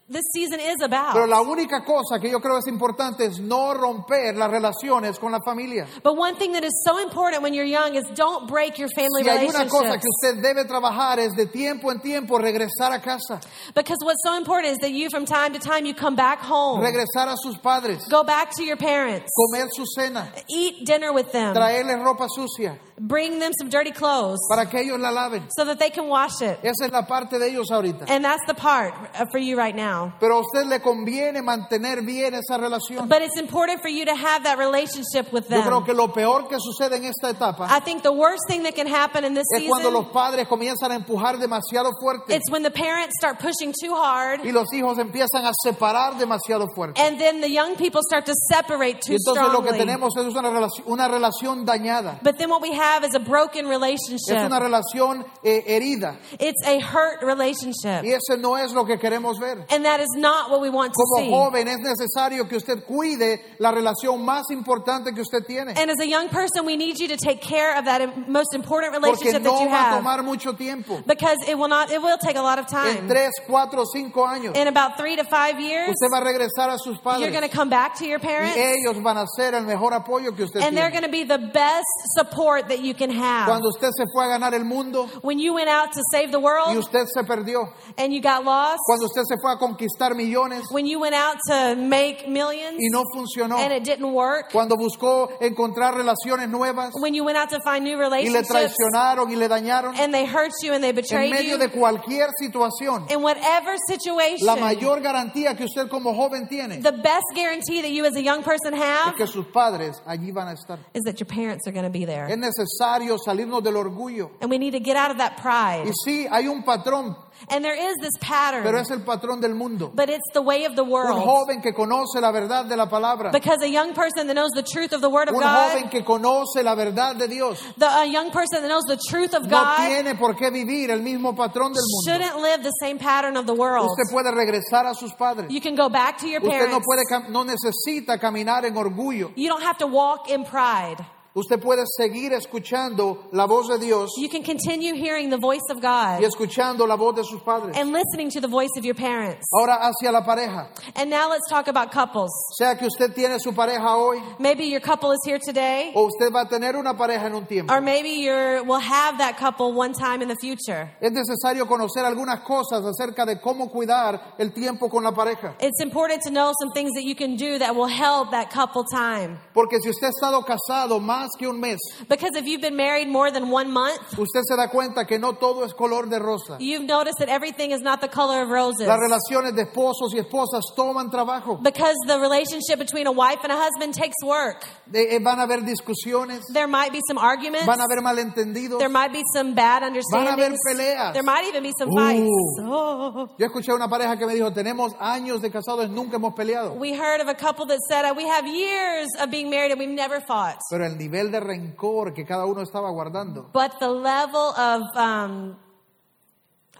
Speaker 2: this season is about.
Speaker 1: Pero la única cosa que yo creo es importante es no romper las relaciones con la familia.
Speaker 2: but one thing that is so important when you're young is don't break your family
Speaker 1: Si hay una
Speaker 2: relationships.
Speaker 1: cosa que usted debe trabajar es de tiempo en tiempo regresar a casa,
Speaker 2: Because what's so important is that you, from time to time, you come back home,
Speaker 1: regresar a sus padres,
Speaker 2: go back to your parents,
Speaker 1: comer su cena,
Speaker 2: eat dinner with them,
Speaker 1: traerles ropa sucia.
Speaker 2: bring them some dirty clothes
Speaker 1: para que ellos la laven.
Speaker 2: so that they can wash it.
Speaker 1: Esa es la parte de ellos ahorita.
Speaker 2: And that's the part uh, for you right now.
Speaker 1: Pero a usted le conviene mantener bien esa relación.
Speaker 2: But it's important for you to have that relationship with
Speaker 1: Yo creo
Speaker 2: them.
Speaker 1: que lo peor que sucede en esta etapa
Speaker 2: I think the worst thing that can happen in this
Speaker 1: es cuando
Speaker 2: season
Speaker 1: los padres comienzan a empujar demasiado fuerte
Speaker 2: It's when the parents start pushing too hard,
Speaker 1: y los hijos empiezan a separar demasiado fuerte.
Speaker 2: and then the young people start to separate
Speaker 1: Y
Speaker 2: too
Speaker 1: entonces lo que
Speaker 2: strongly.
Speaker 1: tenemos es una, relaci- una relación dañada.
Speaker 2: But then what we have is a broken
Speaker 1: Es una
Speaker 2: relationship.
Speaker 1: relación eh, herida.
Speaker 2: It's a hurt relationship.
Speaker 1: Y eso no es lo que queremos ver.
Speaker 2: And that is not what we want to
Speaker 1: Como
Speaker 2: see.
Speaker 1: joven es necesario que usted cuide la relación más importante que usted tiene.
Speaker 2: And as a young person, we need you to take care of that im- most important
Speaker 1: Porque
Speaker 2: relationship that
Speaker 1: no
Speaker 2: you
Speaker 1: va a
Speaker 2: have.
Speaker 1: tomar mucho tiempo.
Speaker 2: Because it will not, it will take a lot of
Speaker 1: En
Speaker 2: time.
Speaker 1: tres, cuatro, cinco años,
Speaker 2: In about three to five years,
Speaker 1: usted va a regresar a sus
Speaker 2: you're going to
Speaker 1: padres
Speaker 2: come back to your
Speaker 1: y
Speaker 2: parents
Speaker 1: ellos van a ser el mejor apoyo que usted
Speaker 2: and they're
Speaker 1: tiene.
Speaker 2: going to be the best support that you can have.
Speaker 1: Cuando usted se fue a ganar el mundo
Speaker 2: When you went out to save the
Speaker 1: y
Speaker 2: world
Speaker 1: usted se perdió.
Speaker 2: and you got lost,
Speaker 1: Cuando usted se fue a conquistar millones
Speaker 2: when you went out to make millions
Speaker 1: y no funcionó.
Speaker 2: and it didn't work,
Speaker 1: Cuando buscó encontrar relaciones nuevas
Speaker 2: when you went out to find new
Speaker 1: y le
Speaker 2: relationships
Speaker 1: traicionaron y le dañaron.
Speaker 2: and they hurt you and they
Speaker 1: En
Speaker 2: betrayed
Speaker 1: medio
Speaker 2: you,
Speaker 1: de cualquier situación,
Speaker 2: in whatever
Speaker 1: la
Speaker 2: situation,
Speaker 1: mayor garantía que usted como joven tiene
Speaker 2: the best guarantee that you as a young person
Speaker 1: es
Speaker 2: have
Speaker 1: que sus padres allí van a estar.
Speaker 2: is that your parents are going to be
Speaker 1: Es
Speaker 2: there.
Speaker 1: necesario salirnos del orgullo.
Speaker 2: And we need to get out of that
Speaker 1: Y
Speaker 2: pride.
Speaker 1: sí, hay un patrón,
Speaker 2: And there is this
Speaker 1: pero
Speaker 2: pattern,
Speaker 1: es el patrón del mundo.
Speaker 2: but it's the way of the
Speaker 1: Un
Speaker 2: world.
Speaker 1: joven que conoce la verdad de la palabra.
Speaker 2: Because a young person that knows the truth of the Word of
Speaker 1: Un
Speaker 2: God,
Speaker 1: joven que conoce la verdad de Dios.
Speaker 2: the, a young person that knows the truth of
Speaker 1: No
Speaker 2: God,
Speaker 1: tiene por qué vivir el mismo patrón del mundo.
Speaker 2: shouldn't live the same pattern of the world.
Speaker 1: Usted puede regresar a sus padres.
Speaker 2: You can go back to your
Speaker 1: Usted no
Speaker 2: parents.
Speaker 1: puede, cam- no necesita caminar en orgullo.
Speaker 2: You don't have to walk in pride.
Speaker 1: Usted puede seguir escuchando la voz de Dios
Speaker 2: You can continue hearing the voice of
Speaker 1: y
Speaker 2: God
Speaker 1: escuchando la voz de sus padres.
Speaker 2: and listening to the voice of your parents.
Speaker 1: Ahora hacia la pareja.
Speaker 2: And now let's talk about couples.
Speaker 1: Sea que usted tiene su pareja hoy
Speaker 2: Maybe your couple is here today,
Speaker 1: o usted va a tener una pareja en un tiempo.
Speaker 2: or maybe you will have that couple one time in the future.
Speaker 1: Es necesario conocer algunas cosas acerca de cómo cuidar el tiempo con la pareja.
Speaker 2: It's important to know some things that you can do that will help that couple time.
Speaker 1: Porque si usted ha estado casado más que un mes,
Speaker 2: Because if you've been married more than one month,
Speaker 1: usted se da cuenta que no todo es color de rosa.
Speaker 2: you've noticed that everything is not the color of roses.
Speaker 1: Las relaciones de esposos y esposas toman trabajo.
Speaker 2: Because the relationship between a wife and a husband takes work.
Speaker 1: Eh, eh, van a haber discusiones,
Speaker 2: There might be some arguments.
Speaker 1: van a haber malentendidos.
Speaker 2: There might be some bad
Speaker 1: haber
Speaker 2: understandings.
Speaker 1: peleas.
Speaker 2: There might even be some
Speaker 1: Ooh.
Speaker 2: fights. Oh.
Speaker 1: Yo escuché a una pareja que me dijo, tenemos años de casados, nunca hemos peleado.
Speaker 2: We heard of a couple that said, uh, We have years of being married and we've never fought.
Speaker 1: Pero el nivel de rencor que cada uno estaba guardando,
Speaker 2: But the level of um,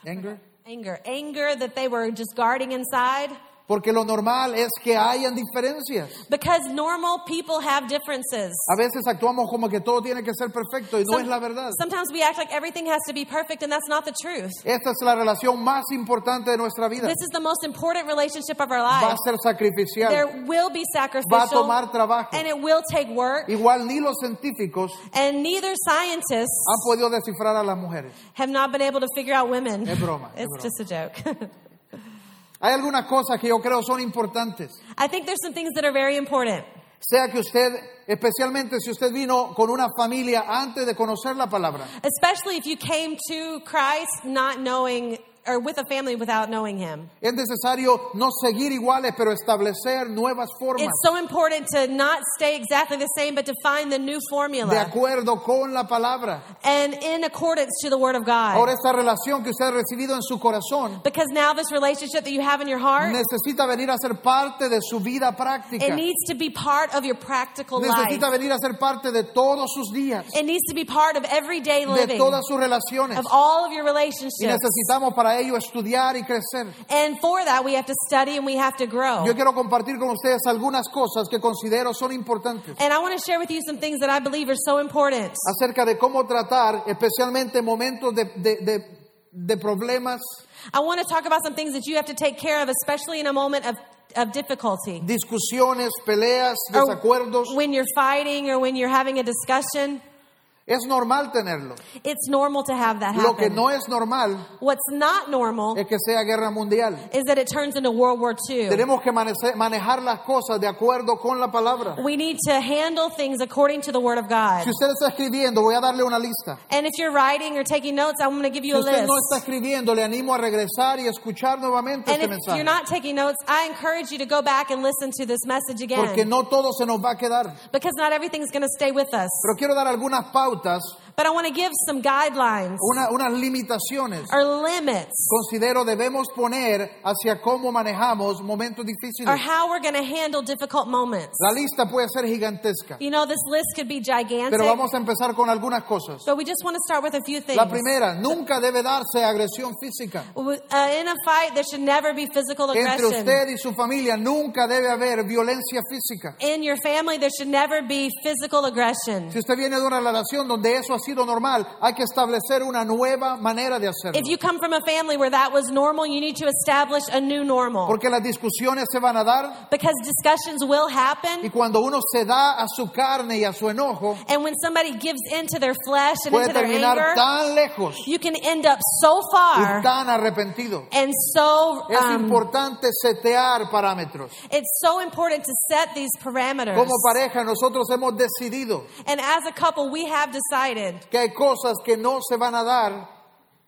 Speaker 1: anger.
Speaker 2: anger, anger that they were just guarding inside,
Speaker 1: Porque lo normal es que hayan diferencias.
Speaker 2: because normal people have differences.
Speaker 1: A veces actuamos como que todo tiene que ser perfecto y no
Speaker 2: Some-
Speaker 1: es la verdad.
Speaker 2: Sometimes we act like everything has to be perfect, and that's not the truth.
Speaker 1: Esta es la relación más importante de nuestra vida.
Speaker 2: This is the most important relationship of our
Speaker 1: Va a
Speaker 2: life.
Speaker 1: ser sacrificial,
Speaker 2: There will be
Speaker 1: va a
Speaker 2: sacrificial,
Speaker 1: tomar trabajo.
Speaker 2: and it will take work.
Speaker 1: Igual ni los científicos
Speaker 2: And neither scientists
Speaker 1: han podido descifrar a las mujeres.
Speaker 2: have not been able to figure out women.
Speaker 1: Es broma, es broma.
Speaker 2: It's just a joke.
Speaker 1: Hay algunas cosas que yo creo son importantes.
Speaker 2: I think there's some things that are very important.
Speaker 1: Sea que usted, especialmente si usted vino con una familia antes de conocer la palabra,
Speaker 2: Especially if you came to Christ not knowing, or with a family without knowing Him.
Speaker 1: es necesario no seguir iguales, pero establecer nuevas formas
Speaker 2: It's so important to not stay exactly the same, but to find the new
Speaker 1: de
Speaker 2: formula
Speaker 1: acuerdo con la palabra.
Speaker 2: and in accordance to the Word of
Speaker 1: Ahora
Speaker 2: God.
Speaker 1: esta relación que usted ha recibido en su corazón
Speaker 2: Because now, this relationship that you have in your heart,
Speaker 1: necesita venir a ser parte de su vida
Speaker 2: it
Speaker 1: práctica.
Speaker 2: needs to be part of your practical life.
Speaker 1: Necesita venir a ser parte de todos sus días,
Speaker 2: It needs to be part of everyday
Speaker 1: de
Speaker 2: living,
Speaker 1: todas
Speaker 2: of
Speaker 1: sus relaciones.
Speaker 2: all of your
Speaker 1: Y
Speaker 2: relationships.
Speaker 1: necesitamos para ello estudiar y crecer.
Speaker 2: And for that, we have to study and we have to grow.
Speaker 1: Yo quiero compartir con ustedes algunas cosas que considero son importantes.
Speaker 2: And I want to share with you some things that I believe are so important
Speaker 1: acerca de cómo tratar especialmente momentos de, de- de- de problemas,
Speaker 2: I want to talk about some things that you have to take care of, especially in a moment of, of difficulty.
Speaker 1: discusiones, peleas,
Speaker 2: Or
Speaker 1: desacuerdos.
Speaker 2: When you're fighting or when you're having a discussion,
Speaker 1: Es normal tenerlo.
Speaker 2: it's normal to have that
Speaker 1: Lo que
Speaker 2: happen.
Speaker 1: no Eh, es normal
Speaker 2: What's not normal
Speaker 1: es que sea guerra mundial.
Speaker 2: is that it turns into World War II.
Speaker 1: Tenemos que manece- manejar las cosas de acuerdo con la palabra.
Speaker 2: We need to handle things according to the Word of God.
Speaker 1: Si usted está escribiendo, voy a darle una lista.
Speaker 2: And if you're writing or taking notes, I'm going to give
Speaker 1: Si
Speaker 2: you a
Speaker 1: usted no
Speaker 2: list.
Speaker 1: está escribiendo, le animo a regresar y escuchar nuevamente
Speaker 2: And
Speaker 1: este
Speaker 2: if you're
Speaker 1: mensaje.
Speaker 2: not taking notes, I encourage you to go back and listen to this message
Speaker 1: Porque
Speaker 2: again.
Speaker 1: no todo se nos va a quedar.
Speaker 2: Because not everything's going to stay with us.
Speaker 1: Pero quiero dar algunas pautas
Speaker 2: But But I want to give some guidelines
Speaker 1: una- unas limitaciones.
Speaker 2: or limits
Speaker 1: Considero debemos poner hacia cómo manejamos momentos
Speaker 2: or
Speaker 1: difíciles.
Speaker 2: how we're going to handle difficult moments.
Speaker 1: La lista puede ser gigantesca,
Speaker 2: You know, this list could be gigantic,
Speaker 1: pero vamos a empezar con algunas cosas.
Speaker 2: but we just want to start with a few things.
Speaker 1: La primera, nunca debe darse agresión física.
Speaker 2: W- uh, in a fight, there should never be physical
Speaker 1: Entre
Speaker 2: aggression.
Speaker 1: usted y su familia nunca debe haber violencia física.
Speaker 2: in your family, there should never be physical aggression.
Speaker 1: Si usted viene de una relación donde eso ha sido normal, hay que establecer una nueva manera de hacerlo.
Speaker 2: If you come from a family where that was normal, you need to establish a new normal.
Speaker 1: Porque las discusiones se van a dar
Speaker 2: because discussions will
Speaker 1: y
Speaker 2: happen,
Speaker 1: cuando uno se da a su carne y a su enojo,
Speaker 2: and when somebody gives into their flesh and
Speaker 1: puede
Speaker 2: into their
Speaker 1: terminar
Speaker 2: anger,
Speaker 1: tan lejos
Speaker 2: you can end up so
Speaker 1: y
Speaker 2: far
Speaker 1: tan arrepentido.
Speaker 2: and so.
Speaker 1: Es
Speaker 2: Um,
Speaker 1: importante setear parámetros.
Speaker 2: it's so important to set these parameters.
Speaker 1: Como pareja nosotros hemos decidido
Speaker 2: And as a couple, we have decided
Speaker 1: que hay cosas que no se van a dar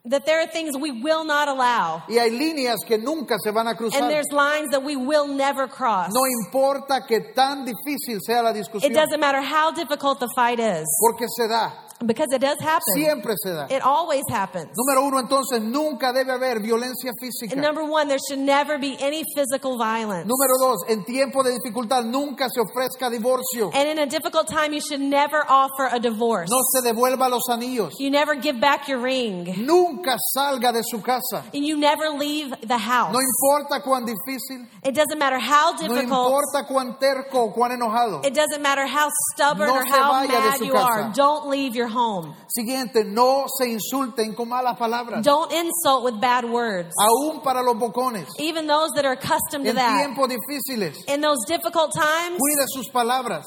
Speaker 2: that there are things we will not allow,
Speaker 1: y hay líneas que nunca se van a
Speaker 2: and
Speaker 1: cruzar.
Speaker 2: there's lines that we will never cross.
Speaker 1: No importa que tan difícil sea la discusión,
Speaker 2: It doesn't matter how difficult the fight is,
Speaker 1: porque se da,
Speaker 2: because it does happen.
Speaker 1: siempre se da.
Speaker 2: It always happens.
Speaker 1: Número uno, entonces, nunca debe haber violencia física.
Speaker 2: And number one, there should never be any physical violence.
Speaker 1: Número dos, en tiempo de dificultad nunca se ofrezca divorcio.
Speaker 2: And in a difficult time, you should never offer a divorce.
Speaker 1: No se devuelva los anillos.
Speaker 2: You never give back your ring.
Speaker 1: Nunca salga de su casa.
Speaker 2: And you never leave the house.
Speaker 1: No importa cuán difícil,
Speaker 2: It doesn't matter how
Speaker 1: no
Speaker 2: difficult.
Speaker 1: importa cuán terco o cuán enojado.
Speaker 2: It doesn't matter how stubborn
Speaker 1: No
Speaker 2: or
Speaker 1: se
Speaker 2: how
Speaker 1: vaya de
Speaker 2: mad
Speaker 1: su
Speaker 2: you
Speaker 1: casa.
Speaker 2: are. Don't leave your home.
Speaker 1: Siguiente, no se insulten con malas palabras,
Speaker 2: Don't insult with bad words.
Speaker 1: aún para los bocones.
Speaker 2: Even those that are accustomed to
Speaker 1: En
Speaker 2: that.
Speaker 1: tiempos difíciles,
Speaker 2: In those difficult times,
Speaker 1: cuide sus palabras,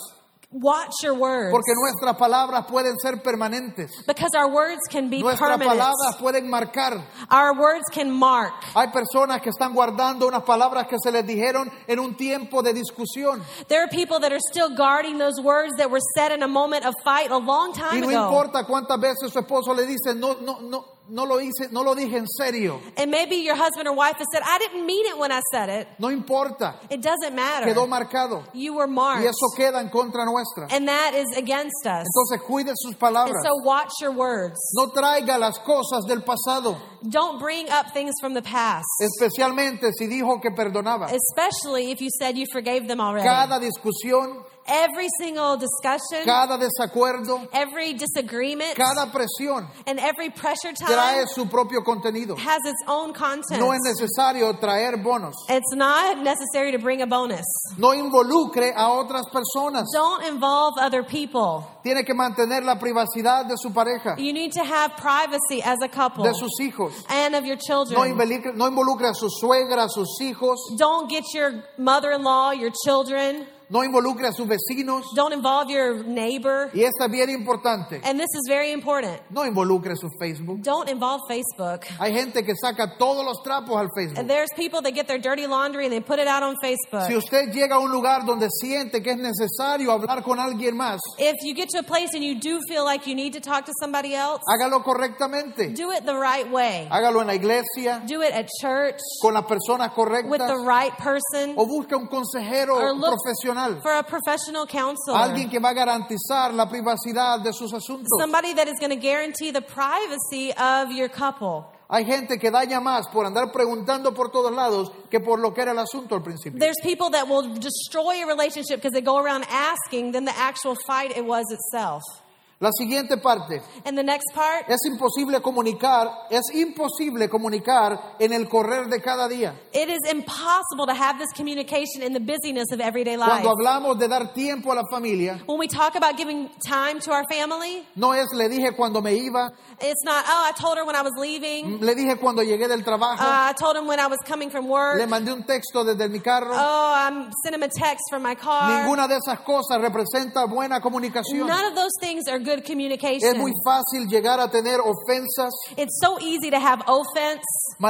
Speaker 2: watch your words.
Speaker 1: porque nuestras palabras pueden ser permanentes.
Speaker 2: Because our words can be
Speaker 1: Nuestras
Speaker 2: permanent.
Speaker 1: palabras pueden marcar.
Speaker 2: Our words can mark.
Speaker 1: Hay personas que están guardando unas palabras que se les dijeron en un tiempo de discusión.
Speaker 2: There are people that are still guarding those words that were said in a moment of fight a long
Speaker 1: Y
Speaker 2: time
Speaker 1: no
Speaker 2: ago.
Speaker 1: importa cuántas veces su esposo le dice, no, no, no, no lo hice, no lo dije en serio.
Speaker 2: And maybe your husband or wife has said, I didn't mean it when I said it.
Speaker 1: No importa,
Speaker 2: It doesn't matter.
Speaker 1: quedó marcado.
Speaker 2: You were
Speaker 1: Y
Speaker 2: marked.
Speaker 1: eso queda en contra nuestra.
Speaker 2: And that is against us.
Speaker 1: Entonces cuide sus
Speaker 2: And
Speaker 1: palabras.
Speaker 2: so watch your words.
Speaker 1: No traiga las cosas del pasado,
Speaker 2: Don't bring up things from the past,
Speaker 1: especialmente si dijo que perdonaba.
Speaker 2: especially if you said you forgave them already.
Speaker 1: Cada discusión,
Speaker 2: Every single discussion,
Speaker 1: cada desacuerdo,
Speaker 2: every disagreement,
Speaker 1: cada presión
Speaker 2: and every pressure time
Speaker 1: trae su propio contenido.
Speaker 2: has its own content.
Speaker 1: No es necesario traer bonos.
Speaker 2: It's not necessary to bring a bonus.
Speaker 1: No involucre a otras personas.
Speaker 2: Don't involve other people.
Speaker 1: Tiene que mantener la privacidad de su pareja,
Speaker 2: You need to have privacy as a couple
Speaker 1: de sus hijos.
Speaker 2: and of your
Speaker 1: No
Speaker 2: children.
Speaker 1: involucre, no involucre a su suegra, a sus hijos.
Speaker 2: Don't get your mother in law, your children.
Speaker 1: No involucre a sus vecinos.
Speaker 2: Don't involve your neighbor.
Speaker 1: Y esta es bien importante.
Speaker 2: And this is very important.
Speaker 1: No involucre su Facebook.
Speaker 2: Don't involve Facebook.
Speaker 1: Hay gente que saca todos los trapos al
Speaker 2: And
Speaker 1: Facebook.
Speaker 2: there's people that get their dirty laundry and they put it out on
Speaker 1: Si
Speaker 2: Facebook.
Speaker 1: usted llega a un lugar donde siente que es necesario hablar con alguien más,
Speaker 2: If you get to a place and you do feel like you need to talk to somebody else,
Speaker 1: hágalo correctamente.
Speaker 2: do it the right way.
Speaker 1: Hágalo en la iglesia,
Speaker 2: Do it at church
Speaker 1: con las personas
Speaker 2: with the
Speaker 1: correctas,
Speaker 2: right person.
Speaker 1: o busca un consejero
Speaker 2: or look
Speaker 1: profesional.
Speaker 2: for a professional counselor.
Speaker 1: Alguien que va a garantizar la privacidad de sus asuntos.
Speaker 2: Somebody that is going to guarantee the privacy of your couple.
Speaker 1: Hay gente que daña más por andar preguntando por todos lados que por lo que era el asunto al principio.
Speaker 2: There's people that will destroy a relationship because they go around asking than the actual fight it was itself.
Speaker 1: La siguiente parte.
Speaker 2: And the next part,
Speaker 1: Es imposible comunicar, es imposible comunicar en el correr de cada día.
Speaker 2: it is impossible to have this communication in the busyness of everyday life.
Speaker 1: Cuando hablamos de dar tiempo a la familia,
Speaker 2: When we talk about giving time to our family,
Speaker 1: no es le dije cuando me iba,
Speaker 2: it's not, oh, I told her when I was leaving.
Speaker 1: le dije cuando llegué del trabajo,
Speaker 2: Uh, I told him when I was coming from
Speaker 1: le
Speaker 2: work.
Speaker 1: mandé un texto desde mi carro.
Speaker 2: Oh, I sent him a text from my car.
Speaker 1: Ninguna de esas cosas representa buena comunicación.
Speaker 2: None of those things are good communication.
Speaker 1: Es muy fácil llegar a tener ofensas,
Speaker 2: It's so easy to have offense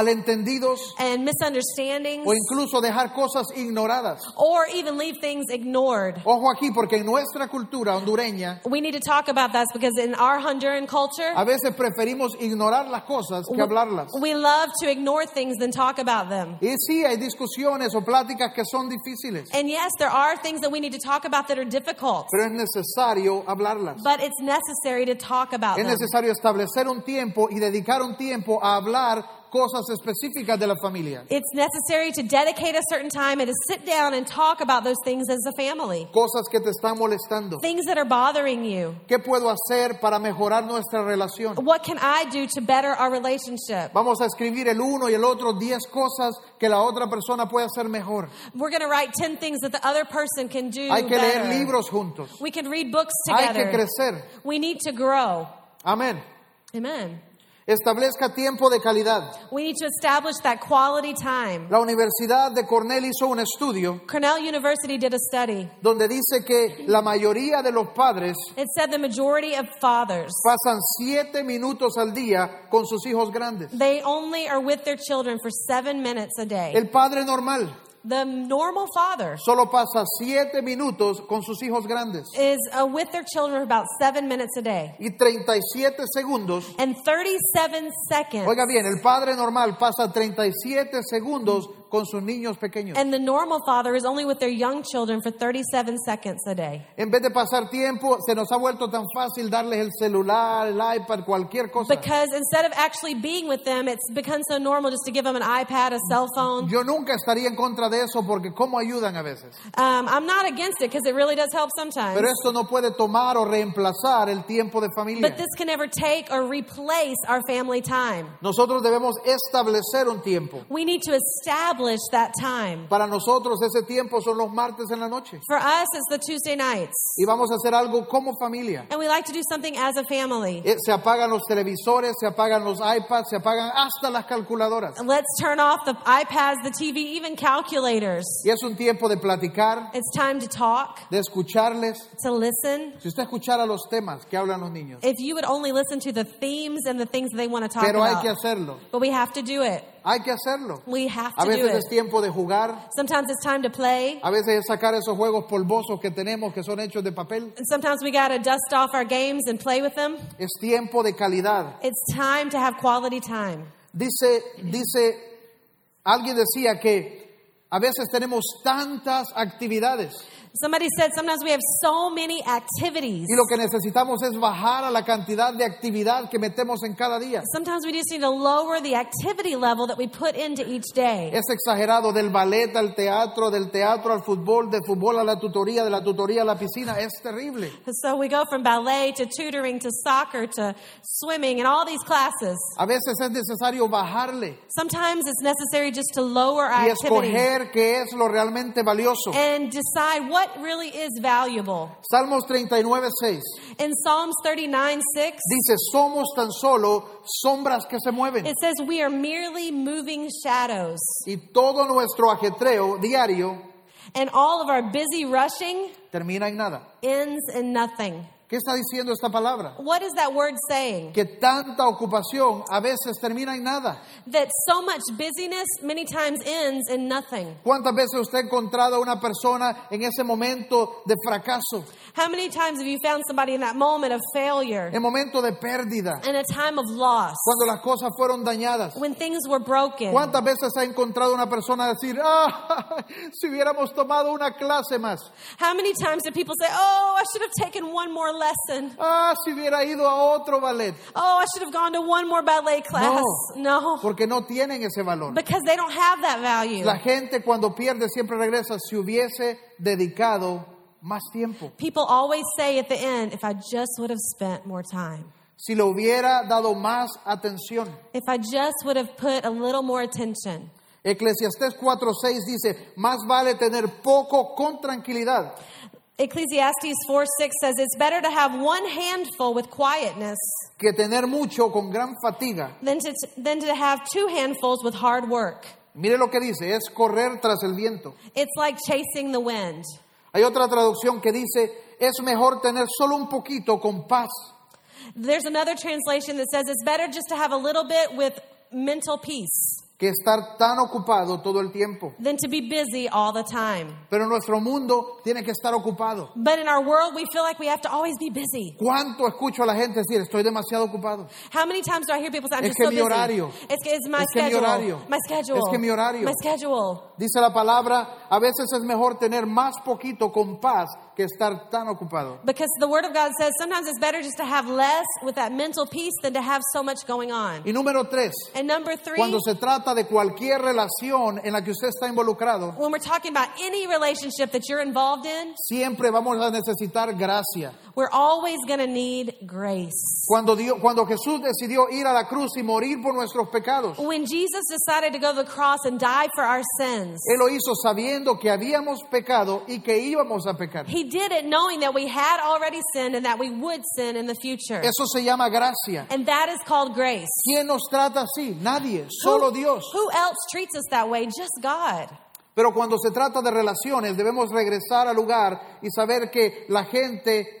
Speaker 1: malentendidos
Speaker 2: and misunderstandings
Speaker 1: o incluso dejar cosas ignoradas.
Speaker 2: or even leave things ignored.
Speaker 1: Ojo aquí, porque en nuestra cultura hondureña
Speaker 2: We need to talk about this because in our Honduran culture,
Speaker 1: a veces preferimos ignorar las cosas que hablarlas.
Speaker 2: we love to ignore things than talk about them.
Speaker 1: Y sí, hay discusiones o pláticas que son difíciles,
Speaker 2: Eh, And yes, there are things that we need to talk about that are difficult,
Speaker 1: pero es necesario hablarlas.
Speaker 2: but it's necessary to talk about
Speaker 1: Es
Speaker 2: them.
Speaker 1: necesario establecer un tiempo y dedicar un tiempo a hablar cosas específicas de la familia.
Speaker 2: It's necessary to dedicate a certain time and to sit down and talk about those things as a family.
Speaker 1: Cosas que te están molestando.
Speaker 2: Things that are bothering you.
Speaker 1: ¿Qué puedo hacer para mejorar nuestra relación?
Speaker 2: What can I do to better our relationship?
Speaker 1: Vamos a escribir el uno y el otro 10 cosas que la otra persona puede hacer mejor.
Speaker 2: We're going to write 10 things that the other person can do
Speaker 1: Hay que leer
Speaker 2: better.
Speaker 1: libros juntos.
Speaker 2: We can read books
Speaker 1: Hay que
Speaker 2: together.
Speaker 1: crecer.
Speaker 2: We need to grow.
Speaker 1: Amén.
Speaker 2: Amen.
Speaker 1: Establezca tiempo de calidad.
Speaker 2: We need to establish that quality time.
Speaker 1: La Universidad de Cornell hizo un estudio
Speaker 2: Cornell University did a study.
Speaker 1: donde dice que la mayoría de los padres
Speaker 2: It said the majority of fathers,
Speaker 1: pasan 7 minutos al día con sus hijos grandes.
Speaker 2: they only are with their children for seven minutes a day.
Speaker 1: El padre normal
Speaker 2: The normal father
Speaker 1: solo pasa 7 minutos con sus hijos grandes
Speaker 2: is uh, with their children for about seven minutes a day.
Speaker 1: y 37 segundos.
Speaker 2: And 37 seconds.
Speaker 1: Oiga bien, el padre normal pasa 37 segundos con sus niños pequeños.
Speaker 2: And the normal father is only with their young children for 37 seconds a day.
Speaker 1: En vez de pasar tiempo, se nos ha vuelto tan fácil darles el celular, el iPad, cualquier cosa.
Speaker 2: Because instead of actually being with them, it's become so normal just to give them an iPad, a cell phone.
Speaker 1: Yo nunca estaría en contra de eso porque cómo ayudan a veces.
Speaker 2: Um, I'm not against it because it really does help sometimes.
Speaker 1: Pero esto no puede tomar o reemplazar el tiempo de familia.
Speaker 2: But this can never take or replace our family time.
Speaker 1: Nosotros debemos establecer un tiempo.
Speaker 2: We need to establish that time.
Speaker 1: Para nosotros ese tiempo son los martes en la noche.
Speaker 2: For us, it's the Tuesday nights.
Speaker 1: Y vamos a hacer algo como familia.
Speaker 2: And we like to do something as a family.
Speaker 1: Eh, Se apagan los televisores, se apagan los iPads, se apagan hasta las calculadoras.
Speaker 2: Let's turn off the iPads, the TV, even calculators.
Speaker 1: Y es un tiempo de platicar,
Speaker 2: It's time to talk,
Speaker 1: de escucharles.
Speaker 2: to listen.
Speaker 1: Si usted escuchara los temas que hablan los niños,
Speaker 2: If you would only listen to the themes and the things that they want to talk
Speaker 1: pero hay que
Speaker 2: about.
Speaker 1: hacerlo,
Speaker 2: But we have to do it.
Speaker 1: hay que hacerlo.
Speaker 2: We have
Speaker 1: A
Speaker 2: to do
Speaker 1: veces
Speaker 2: it.
Speaker 1: es tiempo de jugar,
Speaker 2: Sometimes it's time to play.
Speaker 1: a veces es sacar esos juegos polvosos que tenemos que son hechos de papel.
Speaker 2: And sometimes we got to dust off our games and play with them.
Speaker 1: Es tiempo de calidad.
Speaker 2: It's time to have quality time.
Speaker 1: Dice, dice, alguien decía que a veces tenemos tantas actividades
Speaker 2: Somebody said sometimes we have so many activities.
Speaker 1: y lo que necesitamos es bajar a la cantidad de actividad que metemos en cada día.
Speaker 2: Sometimes we just need to lower the activity level that we put into each day.
Speaker 1: Es exagerado del ballet al teatro, del teatro al fútbol, del fútbol a la tutoría, de la tutoría a la piscina. Es terrible.
Speaker 2: So we go from ballet to tutoring to soccer to swimming and all these classes.
Speaker 1: A veces es necesario bajarle
Speaker 2: Sometimes it's necessary just to lower
Speaker 1: y
Speaker 2: our activity
Speaker 1: escoger qué es lo realmente valioso.
Speaker 2: and decide what really is valuable.
Speaker 1: Salmos 39, 6
Speaker 2: In Psalms 39 6,
Speaker 1: dice, somos tan solo sombras que se mueven
Speaker 2: it says, We are merely moving shadows,
Speaker 1: y todo nuestro ajetreo diario
Speaker 2: and all of our busy rushing
Speaker 1: termina en nada.
Speaker 2: ends in nothing.
Speaker 1: ¿Qué está diciendo esta palabra?
Speaker 2: What is that word saying?
Speaker 1: Que tanta ocupación a veces termina en nada.
Speaker 2: That so much busyness many times ends in nothing.
Speaker 1: ¿Cuántas veces usted ha encontrado a una persona en ese momento de fracaso,
Speaker 2: How many times have you found somebody in that moment of failure,
Speaker 1: en momento de pérdida,
Speaker 2: in a time of loss,
Speaker 1: cuando las cosas fueron dañadas?
Speaker 2: when things were broken?
Speaker 1: ¿Cuántas veces ha encontrado una persona decir, ah, si hubiéramos tomado una clase más,
Speaker 2: How many times did people say, Oh, I should have taken one more lesson?
Speaker 1: ah, si hubiera ido a otro ballet?
Speaker 2: Oh, I should have gone to one more ballet class? No.
Speaker 1: Porque no tienen ese valor.
Speaker 2: Because they don't have that value.
Speaker 1: La gente cuando pierde siempre regresa, si hubiese dedicado más tiempo,
Speaker 2: People always say at the end, If I just would have spent more time,
Speaker 1: si le hubiera dado más atención.
Speaker 2: if I just would have put a little more attention.
Speaker 1: Eclesiastés 4:6 dice, más vale tener poco con tranquilidad
Speaker 2: Ecclesiastes 4 6 says, It's better to have one handful with quietness
Speaker 1: que tener mucho con gran fatiga.
Speaker 2: than to, than to have two handfuls with hard work.
Speaker 1: Mire lo que dice, es correr tras el viento.
Speaker 2: It's like chasing the wind.
Speaker 1: Hay otra traducción que dice, es mejor tener solo un poquito con paz
Speaker 2: There's another translation that says, It's better just to have a little bit with mental peace
Speaker 1: que estar tan ocupado todo el tiempo.
Speaker 2: than to be busy all the time.
Speaker 1: Pero nuestro mundo tiene que estar ocupado.
Speaker 2: But in our world, we feel like we have to always be busy.
Speaker 1: ¿Cuánto escucho a la gente decir, estoy demasiado ocupado?
Speaker 2: How many times do I hear people say, I'm
Speaker 1: Es
Speaker 2: just
Speaker 1: que
Speaker 2: so
Speaker 1: mi
Speaker 2: busy?
Speaker 1: horario.
Speaker 2: It's, it's my
Speaker 1: Es que mi
Speaker 2: schedule.
Speaker 1: horario.
Speaker 2: My schedule.
Speaker 1: Es que mi horario.
Speaker 2: My schedule.
Speaker 1: Dice la palabra, a veces es mejor tener más poquito con paz que estar tan ocupado.
Speaker 2: Because the Word of God says sometimes it's better just to have less with that mental peace than to have so much going on.
Speaker 1: Y número tres,
Speaker 2: And number three,
Speaker 1: cuando se trata de cualquier relación en la que usted está involucrado,
Speaker 2: when we're talking about any relationship that you're involved in,
Speaker 1: siempre vamos a necesitar gracia.
Speaker 2: we're always going to need grace.
Speaker 1: Cuando, Dios- cuando Jesús decidió ir a la cruz y morir por nuestros pecados,
Speaker 2: When Jesus decided to go to the cross and die for our sins,
Speaker 1: Él lo hizo sabiendo que habíamos pecado y que íbamos a pecar.
Speaker 2: He did it knowing that we had already sinned and that we would sin in the future.
Speaker 1: Eso se llama gracia.
Speaker 2: And that is called grace.
Speaker 1: ¿Quién nos trata así? Nadie, solo
Speaker 2: who,
Speaker 1: Dios.
Speaker 2: Who else treats us that way? Just God.
Speaker 1: Pero cuando se trata de relaciones, debemos regresar al lugar y saber que la gente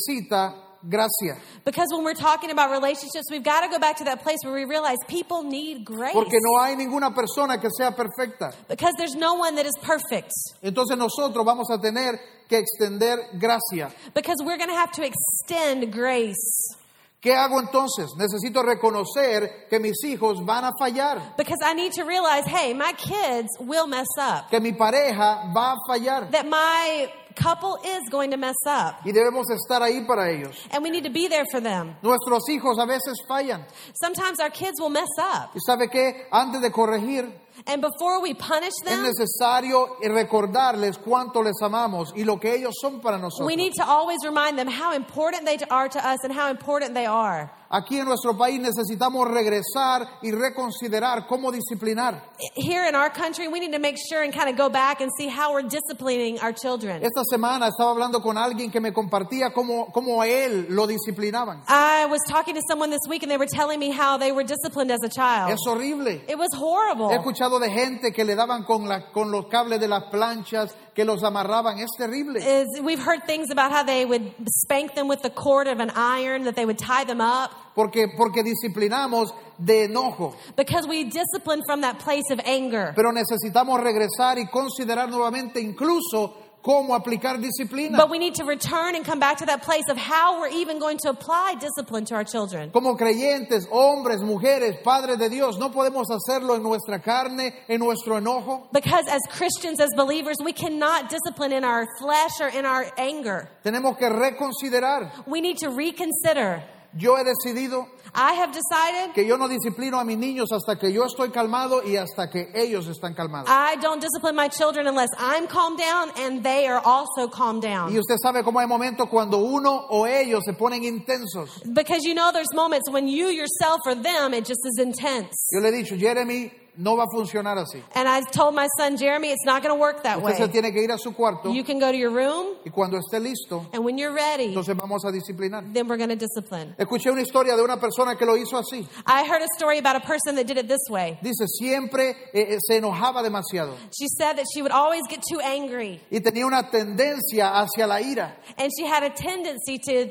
Speaker 1: necesita gracia.
Speaker 2: Because when we're talking about relationships, we've got to go back to that place where we realize people need grace.
Speaker 1: Porque no hay ninguna persona que sea perfecta.
Speaker 2: Because there's no one that is perfect.
Speaker 1: Entonces nosotros vamos a tener que extender gracia.
Speaker 2: Because we're going to have to extend grace.
Speaker 1: ¿Qué hago entonces? Necesito reconocer que mis hijos van a fallar,
Speaker 2: Because I need to realize hey, my kids will mess up,
Speaker 1: que mi pareja va a fallar
Speaker 2: that my couple is going to mess up.
Speaker 1: y debemos estar ahí para ellos.
Speaker 2: And we need to be there for them.
Speaker 1: Nuestros hijos a veces fallan.
Speaker 2: Sometimes our kids will mess up.
Speaker 1: ¿Y sabe qué? Antes de corregir,
Speaker 2: And before we punish
Speaker 1: Es
Speaker 2: them,
Speaker 1: necesario recordarles cuánto les amamos y lo que ellos son para nosotros.
Speaker 2: we need to always remind them how important they are to us and how important they are.
Speaker 1: Aquí en nuestro país necesitamos regresar y reconsiderar cómo disciplinar.
Speaker 2: Here in our country, we need to make sure and kind of go back and see how we're disciplining our children.
Speaker 1: Esta semana estaba hablando con alguien que me compartía cómo, cómo a él lo disciplinaban.
Speaker 2: I was talking to someone this week and they were telling me how they were disciplined as a child.
Speaker 1: Es horrible.
Speaker 2: It was
Speaker 1: He
Speaker 2: horrible.
Speaker 1: escuchado de gente que le daban con, la- con los cables de las planchas, que los amarraban. Es terrible.
Speaker 2: Is we've heard things about how they would spank them with the cord of an iron, that they would tie them up,
Speaker 1: Porque, porque disciplinamos de enojo.
Speaker 2: because we discipline from that place of anger.
Speaker 1: Pero necesitamos regresar y considerar nuevamente incluso cómo aplicar disciplina.
Speaker 2: But we need to return and come back to that place of how we're even going to apply discipline to our children.
Speaker 1: Como creyentes, hombres, mujeres, padres de Dios, no podemos hacerlo en nuestra carne, en nuestro enojo.
Speaker 2: Because as Christians, as believers, we cannot discipline in our flesh or in our anger.
Speaker 1: Tenemos que reconsiderar.
Speaker 2: We need to reconsider.
Speaker 1: Yo he decidido
Speaker 2: I have decided
Speaker 1: que yo no disciplino a mis niños hasta que yo estoy calmado y hasta que ellos están calmados.
Speaker 2: I don't discipline my children unless I'm calmed down and they are also calmed
Speaker 1: Y
Speaker 2: down.
Speaker 1: usted sabe cómo hay momentos cuando uno o ellos se ponen intensos.
Speaker 2: Because you know there's moments when you yourself or them, it just is intense.
Speaker 1: Yo le he dicho, Jeremy, no va a funcionar así.
Speaker 2: And I told my son, Jeremy, it's not going to work that
Speaker 1: Usted se
Speaker 2: way.
Speaker 1: tiene que ir a su cuarto
Speaker 2: You can go to your room,
Speaker 1: y cuando esté listo,
Speaker 2: and when you're ready,
Speaker 1: entonces vamos a disciplinar.
Speaker 2: then we're going to discipline.
Speaker 1: Escuché una historia de una persona que lo hizo así.
Speaker 2: I heard a story about a person that did it this way.
Speaker 1: Dice, siempre eh, eh, se enojaba demasiado.
Speaker 2: She said that she would always get too angry,
Speaker 1: y tenía una tendencia hacia la ira
Speaker 2: and she had a tendency to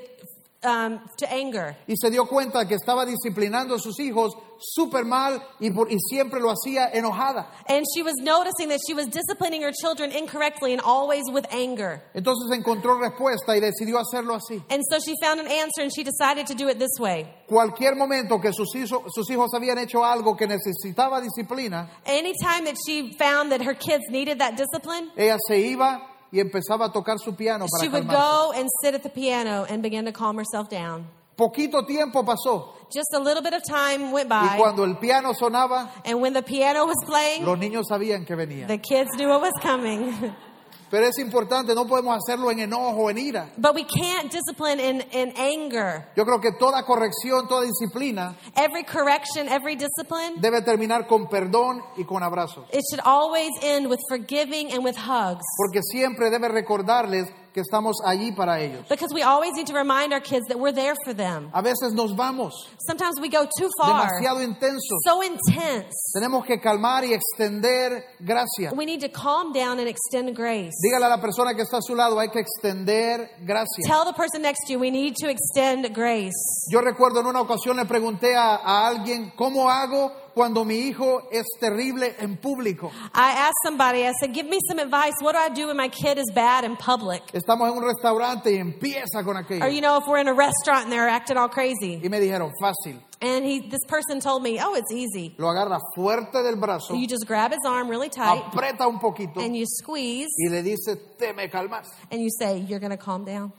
Speaker 2: um, to anger.
Speaker 1: y se dio cuenta que estaba disciplinando a sus hijos súper mal y, por- y siempre lo hacía enojada.
Speaker 2: And she was noticing that she was disciplining her children incorrectly and always with anger.
Speaker 1: Entonces encontró respuesta y decidió hacerlo así.
Speaker 2: And so she found an answer, and she decided to do it this way.
Speaker 1: Cualquier momento que sus, hizo- sus hijos habían hecho algo que necesitaba disciplina,
Speaker 2: Anytime that she found that her kids needed that discipline,
Speaker 1: ella se iba y empezaba a tocar su piano
Speaker 2: she
Speaker 1: para
Speaker 2: would
Speaker 1: calmarse.
Speaker 2: go and sit at the piano and begin to calm herself down.
Speaker 1: Poquito tiempo pasó
Speaker 2: Just a little bit of time went
Speaker 1: y
Speaker 2: by,
Speaker 1: cuando el piano sonaba,
Speaker 2: and when the piano was playing,
Speaker 1: los niños sabían que venía.
Speaker 2: the kids knew what was coming.
Speaker 1: Pero es importante, no podemos hacerlo en enojo, en ira.
Speaker 2: But we can't discipline in, in anger.
Speaker 1: Yo creo que toda corrección, toda disciplina
Speaker 2: Every correction, every discipline,
Speaker 1: debe terminar con perdón y con abrazos,
Speaker 2: it should always end with forgiving and with hugs.
Speaker 1: porque siempre debe recordarles que estamos allí para ellos.
Speaker 2: Because we always need to remind our kids that we're there for them.
Speaker 1: A veces nos vamos
Speaker 2: Sometimes we go too far,
Speaker 1: demasiado intensos.
Speaker 2: so intense.
Speaker 1: Tenemos que calmar y extender gracia.
Speaker 2: We need to calm down and extend grace.
Speaker 1: Dígale a la persona que está a su lado, hay que extender gracia.
Speaker 2: Tell the person next to you, we need to extend grace.
Speaker 1: Yo recuerdo en una ocasión le pregunté a, a alguien, ¿cómo hago cuando mi hijo es terrible en público?
Speaker 2: I asked somebody, I said, give me some advice. What do I do when my kid is bad in public?
Speaker 1: Estamos en un restaurante y empieza con aquello.
Speaker 2: Or, you know, if we're in a restaurant and they're acting all crazy.
Speaker 1: Y me dijeron, fácil,
Speaker 2: And he, this person told me, oh, it's easy.
Speaker 1: Lo agarra fuerte del brazo,
Speaker 2: So you just grab his arm really tight
Speaker 1: aprieta un poquito
Speaker 2: and you squeeze
Speaker 1: y le dice, te me calmas.
Speaker 2: and you say, you're going to calm down.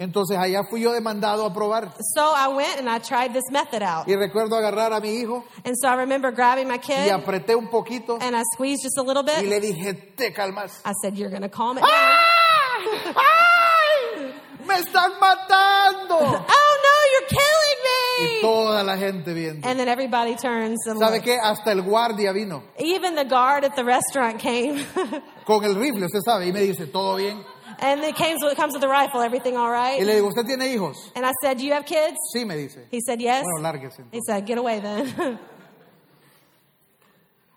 Speaker 1: Entonces allá fui yo demandado a probar.
Speaker 2: So I went and I tried this method out.
Speaker 1: Y recuerdo agarrar a mi hijo
Speaker 2: And so I remember grabbing my
Speaker 1: y
Speaker 2: kid
Speaker 1: apreté un poquito
Speaker 2: and I squeezed just a little
Speaker 1: y
Speaker 2: bit.
Speaker 1: le dije, te calmas.
Speaker 2: I said, you're going to calm it down.
Speaker 1: ¡Ay! ¡Me están matando!
Speaker 2: Oh no,
Speaker 1: Y
Speaker 2: you're killing me!
Speaker 1: toda la gente viendo.
Speaker 2: And then everybody turns and
Speaker 1: ¿Sabe
Speaker 2: looks.
Speaker 1: qué? Hasta el guardia vino
Speaker 2: Even the guard at the restaurant came.
Speaker 1: con el rifle, usted sabe, y me dice, ¿todo bien?
Speaker 2: and it comes, it comes with the rifle, everything all
Speaker 1: Y
Speaker 2: right?
Speaker 1: le digo, ¿usted tiene hijos?
Speaker 2: And I said, Do you have kids?
Speaker 1: Sí, me dice.
Speaker 2: He said, Yes.
Speaker 1: Bueno, lárguese. entonces.
Speaker 2: He said, Get away then.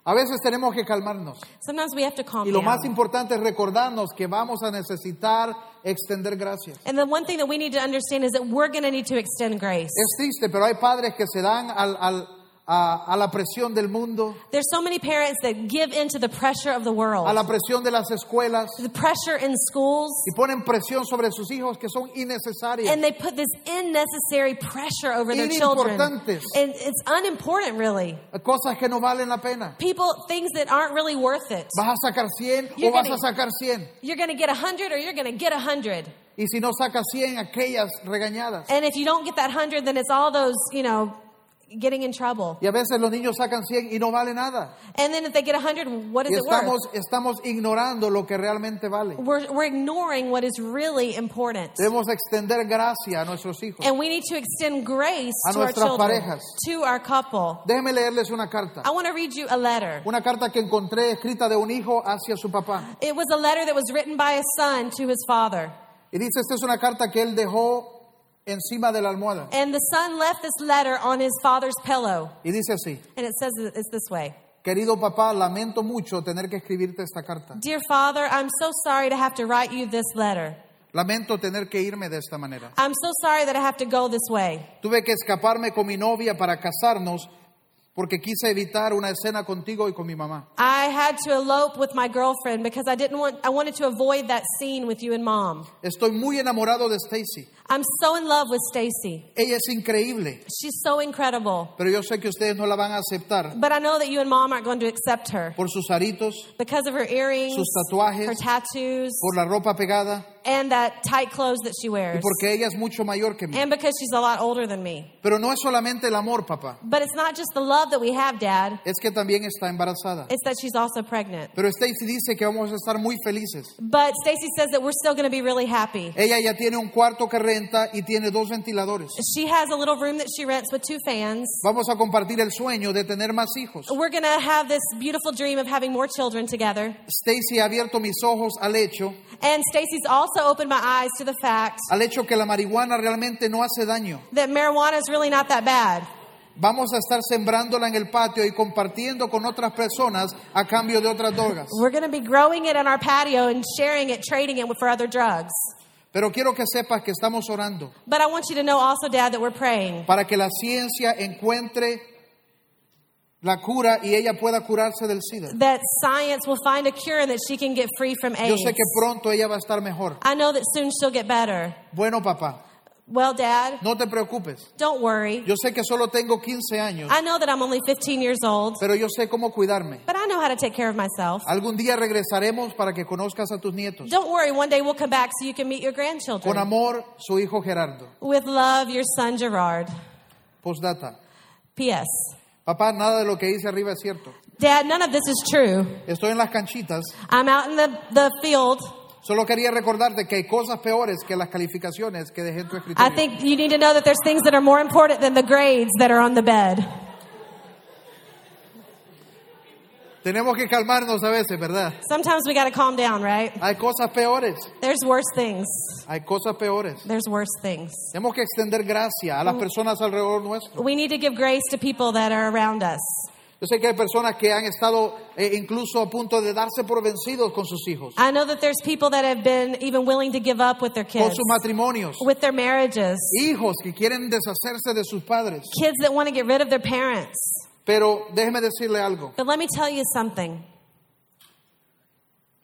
Speaker 1: A veces tenemos que calmarnos.
Speaker 2: Sometimes we have to calm
Speaker 1: Y lo más
Speaker 2: down.
Speaker 1: importante es recordarnos que vamos a necesitar extender gracias.
Speaker 2: And the one thing that we need to understand is that we're going to need to extend grace.
Speaker 1: Es triste, pero hay padres que se dan al- al- a, a la presión del mundo,
Speaker 2: There's so many parents that give in to the pressure of the
Speaker 1: a
Speaker 2: world,
Speaker 1: la presión de las escuelas
Speaker 2: to the pressure in schools,
Speaker 1: y ponen presión sobre sus hijos que son innecesarias.
Speaker 2: and they put this unnecessary pressure over their children.
Speaker 1: Inimportantes.
Speaker 2: And it's unimportant, really.
Speaker 1: Cosas que no valen la pena.
Speaker 2: People, things that aren't really worth it.
Speaker 1: ¿Vas a sacar 100 o
Speaker 2: You're
Speaker 1: vas
Speaker 2: gonna-
Speaker 1: a sacar 100?
Speaker 2: You're going to get a 100 or you're going to get a 100.
Speaker 1: Y si no sacas 100, aquellas regañadas.
Speaker 2: And if you don't get that 100, then it's all those, you know, getting in trouble.
Speaker 1: Y a veces los niños sacan 100 y no vale nada.
Speaker 2: And then if they get a 100, what is
Speaker 1: Y
Speaker 2: it worth?
Speaker 1: estamos, estamos ignorando lo que realmente vale.
Speaker 2: We're, we're ignoring what is really important.
Speaker 1: Debemos extender gracia a nuestros hijos.
Speaker 2: And we need to extend grace
Speaker 1: A
Speaker 2: to our
Speaker 1: nuestras
Speaker 2: children,
Speaker 1: parejas.
Speaker 2: to our couple.
Speaker 1: Déjenme leerles una carta.
Speaker 2: I want to read you a letter.
Speaker 1: Una carta que encontré escrita de un hijo hacia su papá.
Speaker 2: It was a letter that was written by a son to his father.
Speaker 1: Y dice, esta es una carta que él dejó encima de la almohada.
Speaker 2: And the son left this letter on his father's pillow.
Speaker 1: Y dice así,
Speaker 2: And it says it- it's this way
Speaker 1: querido papá, lamento mucho tener que escribirte esta carta.
Speaker 2: Dear father, I'm so sorry to have to write you this letter.
Speaker 1: Lamento tener que irme de esta manera.
Speaker 2: I'm so sorry that I have to go this way.
Speaker 1: Tuve que escaparme con mi novia para casarnos porque quise evitar una escena contigo y con mi mamá.
Speaker 2: I had to elope with my girlfriend because I didn't want I wanted to avoid that scene with you and mom.
Speaker 1: Estoy muy enamorado de Stacy.
Speaker 2: I'm so in love with Stacy.
Speaker 1: Ella es increíble,
Speaker 2: She's so incredible.
Speaker 1: pero yo sé que ustedes no la van a aceptar
Speaker 2: But I know that you and mom aren't going to accept her
Speaker 1: por sus aritos,
Speaker 2: because of her earrings,
Speaker 1: sus tatuajes,
Speaker 2: her tattoos,
Speaker 1: por la ropa pegada
Speaker 2: and that tight clothes that she
Speaker 1: y
Speaker 2: wears.
Speaker 1: porque ella es mucho mayor que mí.
Speaker 2: And because she's a lot older than me.
Speaker 1: Pero no es solamente el amor, papá,
Speaker 2: But it's not just the love that we have, dad.
Speaker 1: es que también está embarazada.
Speaker 2: It's that she's also pregnant.
Speaker 1: Pero Stacy dice que vamos a estar muy felices.
Speaker 2: But Stacy says that we're still going to be really happy.
Speaker 1: Ella ya tiene un cuarto que renta y tiene dos ventiladores.
Speaker 2: She has a little room that she rents with two fans.
Speaker 1: Vamos a compartir el sueño de tener más hijos.
Speaker 2: We're going to have this beautiful dream of having more children together.
Speaker 1: Stacy ha abierto mis ojos al hecho,
Speaker 2: And Stacy's also opened my eyes to the fact
Speaker 1: al hecho que la marihuana realmente no hace daño.
Speaker 2: that marijuana is really not that bad.
Speaker 1: Vamos a estar sembrándola en el patio y compartiendo con otras personas a cambio de otras drogas.
Speaker 2: We're going to be growing it on our patio and sharing it, trading it for other drugs.
Speaker 1: Pero quiero que sepas que estamos orando
Speaker 2: But I want you to know also, Dad, that we're praying
Speaker 1: para que la ciencia encuentre la cura y ella pueda curarse del SIDA.
Speaker 2: that science will find a cure and that she can get free from
Speaker 1: Yo
Speaker 2: AIDS.
Speaker 1: sé que pronto ella va a estar mejor.
Speaker 2: I know that soon she'll get better.
Speaker 1: Bueno, papá,
Speaker 2: Well, Dad,
Speaker 1: no te preocupes.
Speaker 2: don't worry.
Speaker 1: Yo sé que solo tengo 15 años,
Speaker 2: I know that I'm only 15 years old,
Speaker 1: pero yo sé cómo cuidarme.
Speaker 2: but I know how to take care of myself.
Speaker 1: Algún día regresaremos para que conozcas a tus nietos.
Speaker 2: Don't worry, one day we'll come back so you can meet your
Speaker 1: Con
Speaker 2: grandchildren.
Speaker 1: amor, su hijo Gerardo.
Speaker 2: With love, your son Gerard.
Speaker 1: Postdata.
Speaker 2: P.S.
Speaker 1: Papá, nada de lo que hice arriba es cierto.
Speaker 2: Dad, none of this is true.
Speaker 1: Estoy en las canchitas.
Speaker 2: I'm out in the, the field.
Speaker 1: Solo quería recordarte que hay cosas peores que las calificaciones que dejé en tu
Speaker 2: I
Speaker 1: escritorio.
Speaker 2: think you need to know that there's things that are more important than the grades that are on the bed.
Speaker 1: Tenemos que calmarnos a veces, ¿verdad?
Speaker 2: Sometimes we got to calm down, right?
Speaker 1: Hay cosas peores.
Speaker 2: There's worse things.
Speaker 1: Hay cosas peores.
Speaker 2: There's worse things.
Speaker 1: Tenemos que extender gracia a las personas alrededor nuestro.
Speaker 2: We need to give grace to people that are around us.
Speaker 1: Yo sé que hay personas que han estado eh, incluso a punto de darse por vencidos con sus hijos,
Speaker 2: I know that there's people that have been even willing to give up with their
Speaker 1: con
Speaker 2: kids,
Speaker 1: sus matrimonios,
Speaker 2: with their marriages,
Speaker 1: hijos que quieren deshacerse de sus padres.
Speaker 2: kids that want to get rid of their parents.
Speaker 1: Pero déjeme decirle algo.
Speaker 2: But let me tell you something.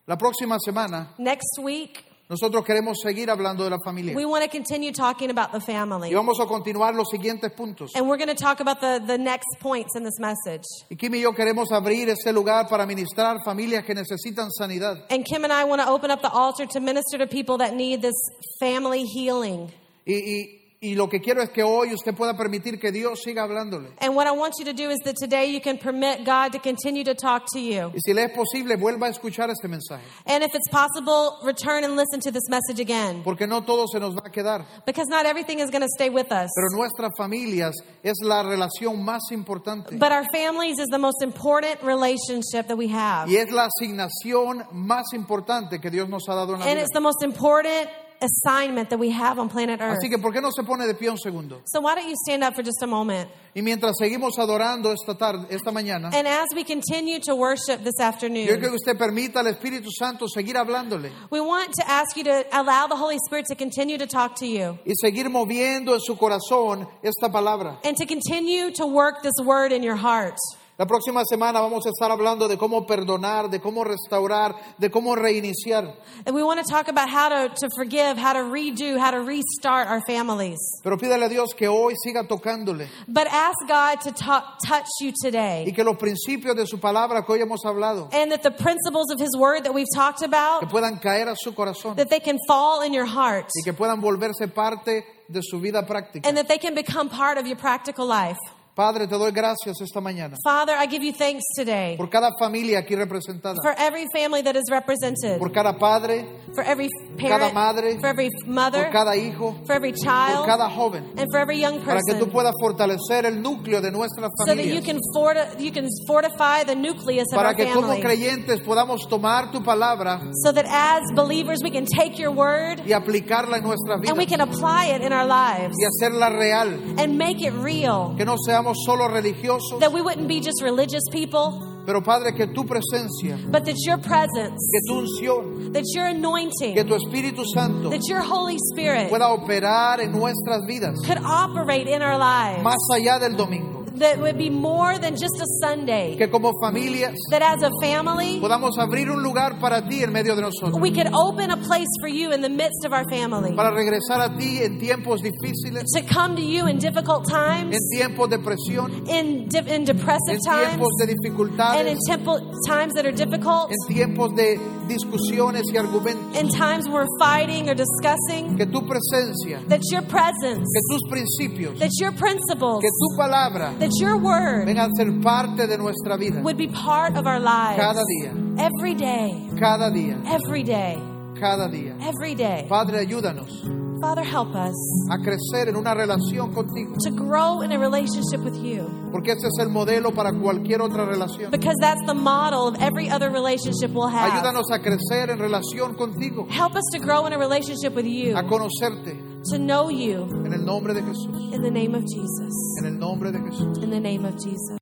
Speaker 1: La próxima semana
Speaker 2: Next week,
Speaker 1: Nosotros queremos seguir hablando de la familia.
Speaker 2: We want to continue talking about the family.
Speaker 1: Y vamos a continuar los siguientes puntos.
Speaker 2: And we're going to talk about the, the next points in this message.
Speaker 1: Y Kim y yo queremos abrir este lugar para ministrar familias que necesitan sanidad.
Speaker 2: And Kim and I want to open up the altar to minister to people that need this family healing.
Speaker 1: Y, y- y lo que quiero es que hoy usted pueda permitir que Dios siga hablándole.
Speaker 2: And what I want you to do is that today you can permit God to continue to talk to you.
Speaker 1: Y si le es posible, vuelva a escuchar este mensaje.
Speaker 2: And if it's possible, return and listen to this message again.
Speaker 1: Porque no todo se nos va a quedar.
Speaker 2: Because not everything is going to stay with us.
Speaker 1: Pero nuestras familias es la relación más importante.
Speaker 2: But our families is the most important relationship that we have.
Speaker 1: Y es la asignación más importante que Dios nos ha dado en la
Speaker 2: And
Speaker 1: vida.
Speaker 2: it's the most important assignment that we have on planet Earth.
Speaker 1: Así que, ¿por qué no se pone de pie un segundo?
Speaker 2: So why don't you stand up for just a moment?
Speaker 1: Y mientras seguimos adorando esta tarde, esta mañana,
Speaker 2: And as we continue to worship this
Speaker 1: yo quiero
Speaker 2: afternoon,
Speaker 1: que usted permita al Espíritu Santo seguir hablándole
Speaker 2: we want to ask you to allow the Holy Spirit to continue to talk to you
Speaker 1: y seguir moviendo en su corazón esta palabra.
Speaker 2: and to continue to work this word in your heart.
Speaker 1: La próxima semana vamos a estar hablando de cómo perdonar, de cómo restaurar, de cómo reiniciar.
Speaker 2: And we want to talk about how to, to forgive, how to redo, how to restart our families.
Speaker 1: Pero pídale a Dios que hoy siga tocándole
Speaker 2: But ask God to ta- touch you
Speaker 1: y
Speaker 2: today.
Speaker 1: que los principios de su palabra que hoy hemos hablado
Speaker 2: And that the principles of His Word that we've talked
Speaker 1: que
Speaker 2: about,
Speaker 1: puedan caer a su corazón
Speaker 2: that they can fall in your heart.
Speaker 1: y que puedan volverse parte de su vida práctica.
Speaker 2: And that they can become part of your practical life.
Speaker 1: Padre, te doy gracias esta mañana
Speaker 2: Father, I give you thanks today
Speaker 1: por cada familia aquí representada,
Speaker 2: for every family that is represented,
Speaker 1: por cada padre,
Speaker 2: for every
Speaker 1: cada
Speaker 2: parent,
Speaker 1: madre,
Speaker 2: for every
Speaker 1: por
Speaker 2: mother,
Speaker 1: cada hijo,
Speaker 2: for every
Speaker 1: por
Speaker 2: child,
Speaker 1: cada joven,
Speaker 2: and for every young
Speaker 1: para que tú
Speaker 2: person.
Speaker 1: puedas fortalecer el núcleo de nuestra
Speaker 2: So that you
Speaker 1: familia.
Speaker 2: can, forti- you can fortify the nucleus of
Speaker 1: Para
Speaker 2: our
Speaker 1: que como
Speaker 2: family.
Speaker 1: creyentes podamos tomar tu palabra
Speaker 2: so that as believers we can take your word
Speaker 1: y aplicarla en nuestras
Speaker 2: and we
Speaker 1: vidas
Speaker 2: can apply it in our lives
Speaker 1: y hacerla real.
Speaker 2: and make it real.
Speaker 1: Que no seamos solo religiosos,
Speaker 2: That we wouldn't be just religious people,
Speaker 1: pero Padre, que tu presencia,
Speaker 2: but that your presence,
Speaker 1: que tu unción,
Speaker 2: that your
Speaker 1: que
Speaker 2: anointing,
Speaker 1: tu Espíritu Santo
Speaker 2: that your Holy Spirit
Speaker 1: pueda operar en nuestras vidas,
Speaker 2: could operate in our lives.
Speaker 1: más allá del domingo.
Speaker 2: That would be more than just a Sunday.
Speaker 1: Que como familias
Speaker 2: That as a family,
Speaker 1: podamos abrir un lugar para ti en medio de nosotros,
Speaker 2: we could open a place for you in the midst of our family.
Speaker 1: para regresar a ti en tiempos difíciles,
Speaker 2: To come to you in difficult times,
Speaker 1: en tiempos de presión,
Speaker 2: in, de- in
Speaker 1: en
Speaker 2: depressive times,
Speaker 1: tiempos de
Speaker 2: and in
Speaker 1: dificultades,
Speaker 2: temple, times that are difficult.
Speaker 1: en tiempos de discusiones y argumentos.
Speaker 2: in times we're fighting or discussing,
Speaker 1: Que tu presencia,
Speaker 2: that your presence,
Speaker 1: que tus principios,
Speaker 2: that your principles,
Speaker 1: que tu palabra
Speaker 2: that your word
Speaker 1: venga a ser parte de nuestra vida
Speaker 2: would be part of our lives
Speaker 1: cada día,
Speaker 2: every day,
Speaker 1: cada día,
Speaker 2: every day,
Speaker 1: cada día.
Speaker 2: every day.
Speaker 1: Padre, ayúdanos
Speaker 2: Father, help us
Speaker 1: a crecer en una relación contigo,
Speaker 2: to grow in a relationship with you
Speaker 1: porque ese es el modelo para cualquier otra relación.
Speaker 2: because that's the model of every other relationship we'll have.
Speaker 1: Ayúdanos a crecer en relación contigo,
Speaker 2: Help us to grow in a relationship with you,
Speaker 1: a conocerte
Speaker 2: to know you
Speaker 1: en el nombre de Jesús,
Speaker 2: in the name of Jesus.
Speaker 1: en el nombre de Jesús.
Speaker 2: In the name of Jesus.